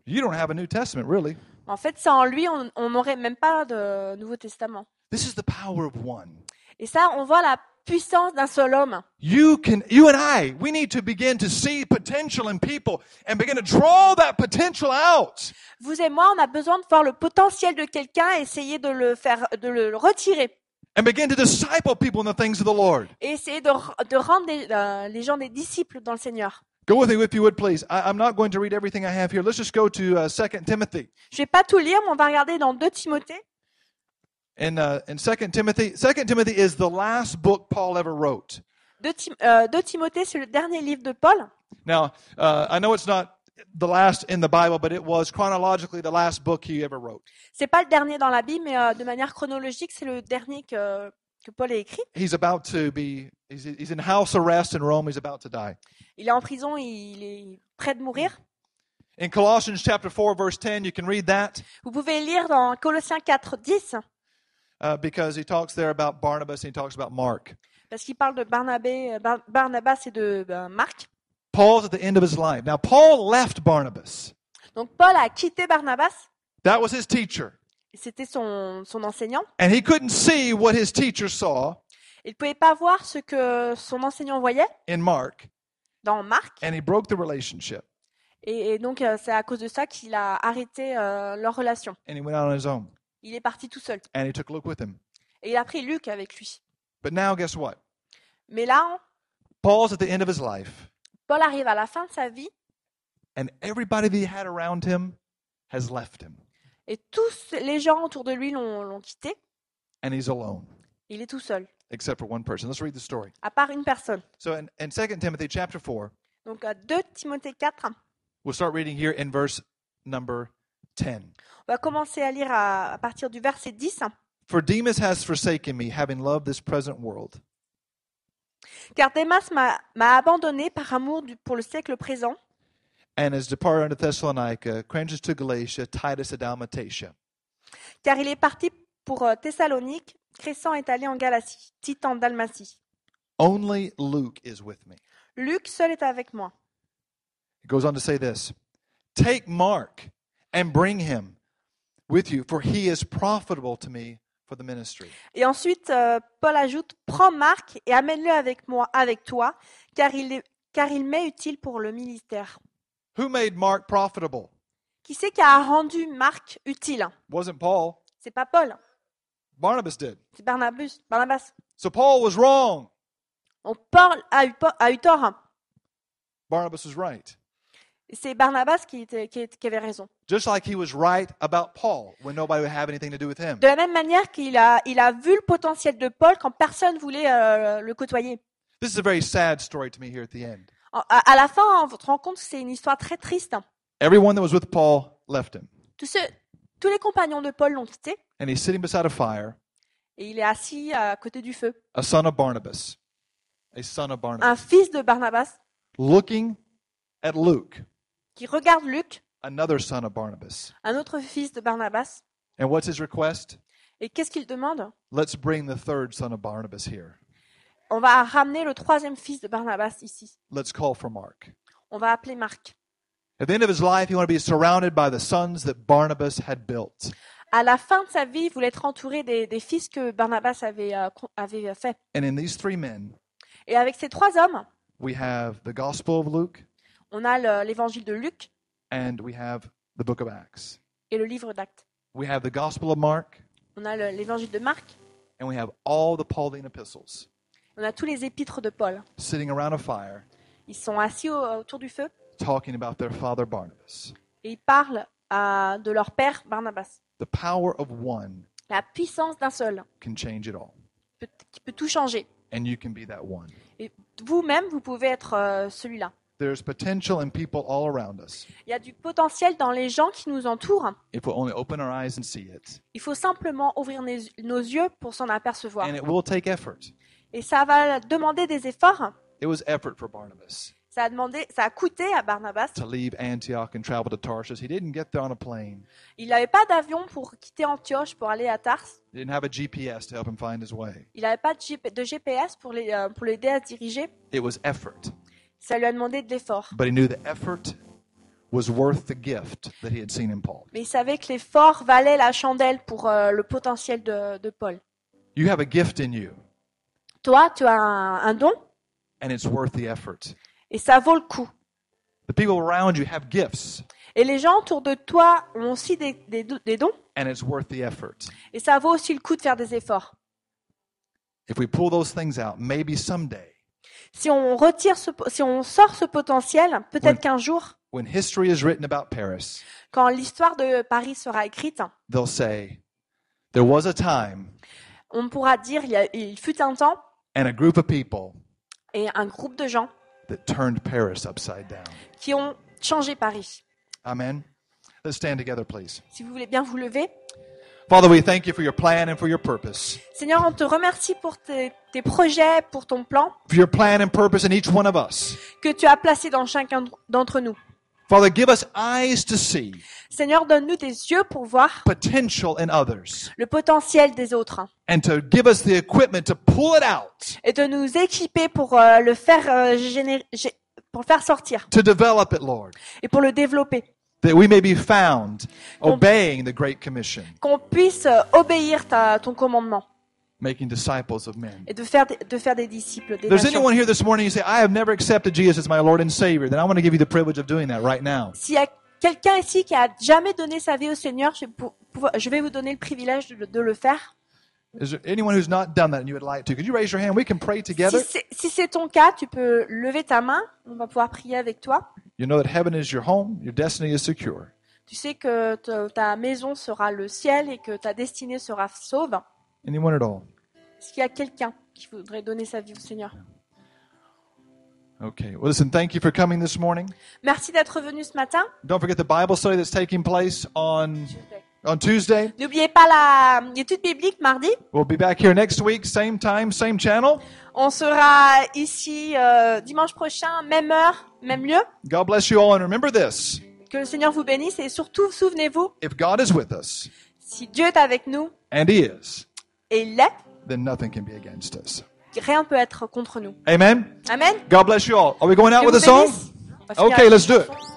Speaker 3: you don't have a New Testament, really.
Speaker 2: En fait, sans lui, on on n'aurait même pas de Nouveau Testament.
Speaker 3: This is the power of one.
Speaker 2: Et ça, on voit la puissance d'un seul homme.
Speaker 3: You can you and I, we need to begin to see potential in people and begin to draw that potential out.
Speaker 2: Vous et moi, on a besoin de voir le potentiel de quelqu'un, et essayer de le faire, de le retirer,
Speaker 3: And begin to disciple people in the things of the Lord.
Speaker 2: et essayer de, r- de rendre les, euh, les gens des disciples dans le Seigneur.
Speaker 3: Go with me, if you would, please. I, I'm not going to read everything I have here. Let's just go to uh, 2 Timothy.
Speaker 2: Je vais pas tout lire, mais on va regarder dans 2 Timothée.
Speaker 3: In, uh, in 2 Timothy, 2 Timothy is the last book Paul ever wrote.
Speaker 2: 2, Tim- euh, 2 Timothée, c'est le dernier livre de Paul.
Speaker 3: Now, uh, I know it's not the last in the Bible, but it was chronologically the last book he ever wrote.
Speaker 2: C'est pas le dernier dans la Bible, mais euh, de manière chronologique, c'est le dernier que, que Paul a écrit.
Speaker 3: He's about to be, he's, he's in house arrest in Rome. He's about to die.
Speaker 2: Il est en prison, il est près de mourir.
Speaker 3: In Colossians chapter 4, verse 10, you can read that
Speaker 2: Vous pouvez lire dans Colossiens 4, 10,
Speaker 3: uh, because he talks there about Barnabas and he talks about Mark.
Speaker 2: parce qu'il parle de Barnabé, euh, Bar- Barnabas et de ben, Marc.
Speaker 3: Paul's at the end of his life. Now, Paul left Barnabas.
Speaker 2: Donc Paul a quitté Barnabas,
Speaker 3: That was his teacher.
Speaker 2: et c'était son, son enseignant.
Speaker 3: and he couldn't see what his teacher saw
Speaker 2: Il ne pouvait pas voir ce que son enseignant voyait
Speaker 3: in Mark,
Speaker 2: dans Marc,
Speaker 3: and he broke the relationship,
Speaker 2: et, et donc euh, c'est à cause de ça qu'il a arrêté euh, leur relation.
Speaker 3: and he went out on his own,
Speaker 2: Il est parti tout seul,
Speaker 3: and he took Luke with him.
Speaker 2: et il a pris Luc avec lui.
Speaker 3: But now, guess what?
Speaker 2: Mais là, hein,
Speaker 3: Paul's at the end of his life,
Speaker 2: Paul arrive à la fin de sa vie,
Speaker 3: and everybody that he had around him has left him,
Speaker 2: et tous les gens autour de lui l'ont l'ont quitté.
Speaker 3: and he's alone,
Speaker 2: Il est tout seul,
Speaker 3: except for one person. Let's read the story.
Speaker 2: à part une personne.
Speaker 3: So, in, in 2 Timothy chapter 4,
Speaker 2: Donc à 2 Timothée 4, on
Speaker 3: we'll start reading here in verse number 10.
Speaker 2: va commencer à lire à, à partir du verset 10.
Speaker 3: For Demas has forsaken me, having loved this present world.
Speaker 2: Car Démas m'a m'a abandonné par amour du- pour le siècle présent,
Speaker 3: And has departed unto Thessalonica, Cranches to Galatia, Titus to Dalmatia.
Speaker 2: car il est parti pour euh, Thessalonique, Crescent est allé en Galatie, Tite en Dalmatie.
Speaker 3: Only Luke is with me.
Speaker 2: Luc seul est avec moi.
Speaker 3: It goes on to say this Take Mark and bring him with you, for he is profitable to me for the ministry.
Speaker 2: Et ensuite, euh, Paul ajoute, prends Marc et amène-le avec moi, avec toi, car il, est- car il m'est utile pour le ministère.
Speaker 3: Who made Mark profitable?
Speaker 2: Qui c'est qui a rendu Marc utile
Speaker 3: Wasn't Paul.
Speaker 2: C'est pas Paul,
Speaker 3: Barnabas did.
Speaker 2: c'est Barnabas. Barnabas.
Speaker 3: So Paul was wrong.
Speaker 2: Donc Paul a eu, po- a eu tort.
Speaker 3: Barnabas was right.
Speaker 2: C'est Barnabas qui, était- qui, qui avait raison.
Speaker 3: Just like he was right about Paul when nobody would have anything to do with him.
Speaker 2: De la même manière qu'il a, il a vu le potentiel de Paul quand personne voulait euh, le côtoyer.
Speaker 3: This is a very sad story to me here at the end.
Speaker 2: En- à, à la fin, on se rend compte que c'est une histoire très triste.
Speaker 3: Everyone that was with Paul left him,
Speaker 2: Tous, ceux- tous les compagnons de Paul l'ont quitté
Speaker 3: and he's sitting beside a fire,
Speaker 2: et il est assis à côté du feu.
Speaker 3: a son of Barnabas, a son of
Speaker 2: Un
Speaker 3: Barnabas,
Speaker 2: fils de Barnabas
Speaker 3: looking at Luke,
Speaker 2: qui regarde Luc,
Speaker 3: another son of Barnabas.
Speaker 2: un autre fils de Barnabas,
Speaker 3: And what's his request?
Speaker 2: et qu'est-ce qu'il demande
Speaker 3: Let's bring the third son of Barnabas here.
Speaker 2: On va ramener le troisième fils de Barnabas ici.
Speaker 3: Let's call for Mark.
Speaker 2: On va appeler Marc.
Speaker 3: At the end of his life, he wanted to be surrounded by the sons that Barnabas had built.
Speaker 2: À la fin de sa vie, il voulait être entouré des, des fils que Barnabas avait, euh, con- avait fait.
Speaker 3: And in these three men,
Speaker 2: Et avec ces trois hommes,
Speaker 3: we have the Gospel of Luke
Speaker 2: on a le- l'évangile de Luc
Speaker 3: and we have the book of Acts.
Speaker 2: et le livre d'Actes.
Speaker 3: We have the Gospel of Mark
Speaker 2: On a le- l'évangile de Marc,
Speaker 3: and we have all the Pauline epistles
Speaker 2: on a tous les épîtres de Paul.
Speaker 3: sitting around a fire
Speaker 2: Ils sont assis au- euh, autour du feu
Speaker 3: talking about their father Barnabas.
Speaker 2: et ils parlent à- de leur père Barnabas.
Speaker 3: The power of one
Speaker 2: La puissance d'un seul
Speaker 3: can change it all,
Speaker 2: peut- qui peut tout changer.
Speaker 3: and you can be that one.
Speaker 2: Et vous-même, vous pouvez être euh, celui-là.
Speaker 3: There's potential in people all around us
Speaker 2: Il y a du potentiel dans les gens qui nous entourent.
Speaker 3: if we'll only open our eyes and see it.
Speaker 2: Il faut simplement ouvrir nos nos yeux pour s'en apercevoir.
Speaker 3: And it will take effort.
Speaker 2: Et ça va demander des efforts.
Speaker 3: It was effort for Barnabas
Speaker 2: Ça a, demandé, ça a coûté à Barnabas.
Speaker 3: to leave Antioch and travel to Tarshish. He didn't get there on a plane.
Speaker 2: Il n'avait pas d'avion pour quitter Antioche pour aller à Tarse.
Speaker 3: He didn't have a GPS to help him find his way.
Speaker 2: Il n'avait pas de, G- de GPS pour les, euh, pour l'aider à se diriger.
Speaker 3: It was effort.
Speaker 2: Ça lui a demandé de l'effort.
Speaker 3: But he knew the effort was worth the gift that he had seen in Paul.
Speaker 2: Mais il savait que l'effort valait la chandelle pour euh, le potentiel de, de Paul.
Speaker 3: You have a gift in you,
Speaker 2: Toi, tu as un, un don
Speaker 3: and it's worth the effort.
Speaker 2: et ça vaut le coup.
Speaker 3: The people around you have gifts,
Speaker 2: Et les gens autour de toi ont aussi des, des do- des dons
Speaker 3: and it's worth the effort.
Speaker 2: et ça vaut aussi le coup de faire des efforts.
Speaker 3: If we pull those things out, maybe someday,
Speaker 2: Si on retire ce, po- si on sort ce potentiel, peut-être
Speaker 3: Oui.
Speaker 2: qu'un jour,
Speaker 3: when history is written about Paris,
Speaker 2: quand l'histoire de Paris sera écrite,
Speaker 3: they'll say, There was a time
Speaker 2: on pourra dire il, y a- il fut un temps
Speaker 3: and a group of people
Speaker 2: et un groupe de gens
Speaker 3: that turned Paris upside down.
Speaker 2: qui ont changé Paris.
Speaker 3: Amen. Let's stand together, please.
Speaker 2: Si vous voulez bien vous lever.
Speaker 3: Father, we thank you for your plan and for your purpose.
Speaker 2: Seigneur, on te remercie pour tes, tes projets, pour ton plan
Speaker 3: For your plan and purpose in each one of us.
Speaker 2: que tu as placé dans chacun d'entre nous.
Speaker 3: Father, give us eyes to see
Speaker 2: Seigneur, donne-nous des yeux pour voir
Speaker 3: potential in others
Speaker 2: le potentiel des autres
Speaker 3: and to give us the equipment to pull it out,
Speaker 2: et de nous équiper pour euh, le faire euh, géné- gé- pour le faire sortir
Speaker 3: to develop it, Lord,
Speaker 2: et pour le développer.
Speaker 3: that we may be found obeying the Great Commission,
Speaker 2: Qu'on puisse euh, obéir ta, ton commandement
Speaker 3: making disciples of men.
Speaker 2: et de faire des, de faire des disciples. Des
Speaker 3: If there's
Speaker 2: nations.
Speaker 3: anyone here this morning, you say, I have never accepted Jesus as my Lord and Savior, then I want to give you the privilege of doing that right now.
Speaker 2: S'il y a quelqu'un ici qui a jamais donné sa vie au Seigneur, je, vais pou- pouvoir- je vais vous donner le privilège de, le- de le faire.
Speaker 3: Is there anyone who's not done that and you would like to? Could you raise your hand? We can pray
Speaker 2: Si
Speaker 3: together.
Speaker 2: c'est si c'est ton cas, tu peux lever ta main. On va pouvoir prier avec toi.
Speaker 3: You know that heaven is your home, your destiny is secure.
Speaker 2: Tu sais que te- ta maison sera le ciel et que ta destinée sera sauve.
Speaker 3: Anyone at all?
Speaker 2: Est-ce qu'il y a quelqu'un qui voudrait donner sa vie au Seigneur
Speaker 3: Okay. Well, listen, thank you for coming this morning.
Speaker 2: Merci d'être venu ce matin.
Speaker 3: Don't forget the Bible study that's taking place on on Tuesday.
Speaker 2: N'oubliez pas la l'étude biblique mardi.
Speaker 3: We'll be back here next week, same time, same channel.
Speaker 2: On sera ici euh, dimanche prochain, même heure, même lieu.
Speaker 3: God bless you all and remember this.
Speaker 2: Que le Seigneur vous bénisse et surtout, souvenez-vous,
Speaker 3: If God is with us,
Speaker 2: si Dieu est avec nous,
Speaker 3: and he is,
Speaker 2: et il l'est,
Speaker 3: then nothing can be against us.
Speaker 2: rien ne peut être contre nous.
Speaker 3: Amen.
Speaker 2: Amen.
Speaker 3: God bless you all. Are we going out
Speaker 2: Que
Speaker 3: with
Speaker 2: vous
Speaker 3: a song?
Speaker 2: bénisse. On va finir
Speaker 3: Okay,
Speaker 2: avec
Speaker 3: Ah, let's
Speaker 2: une
Speaker 3: do it.
Speaker 2: chanson.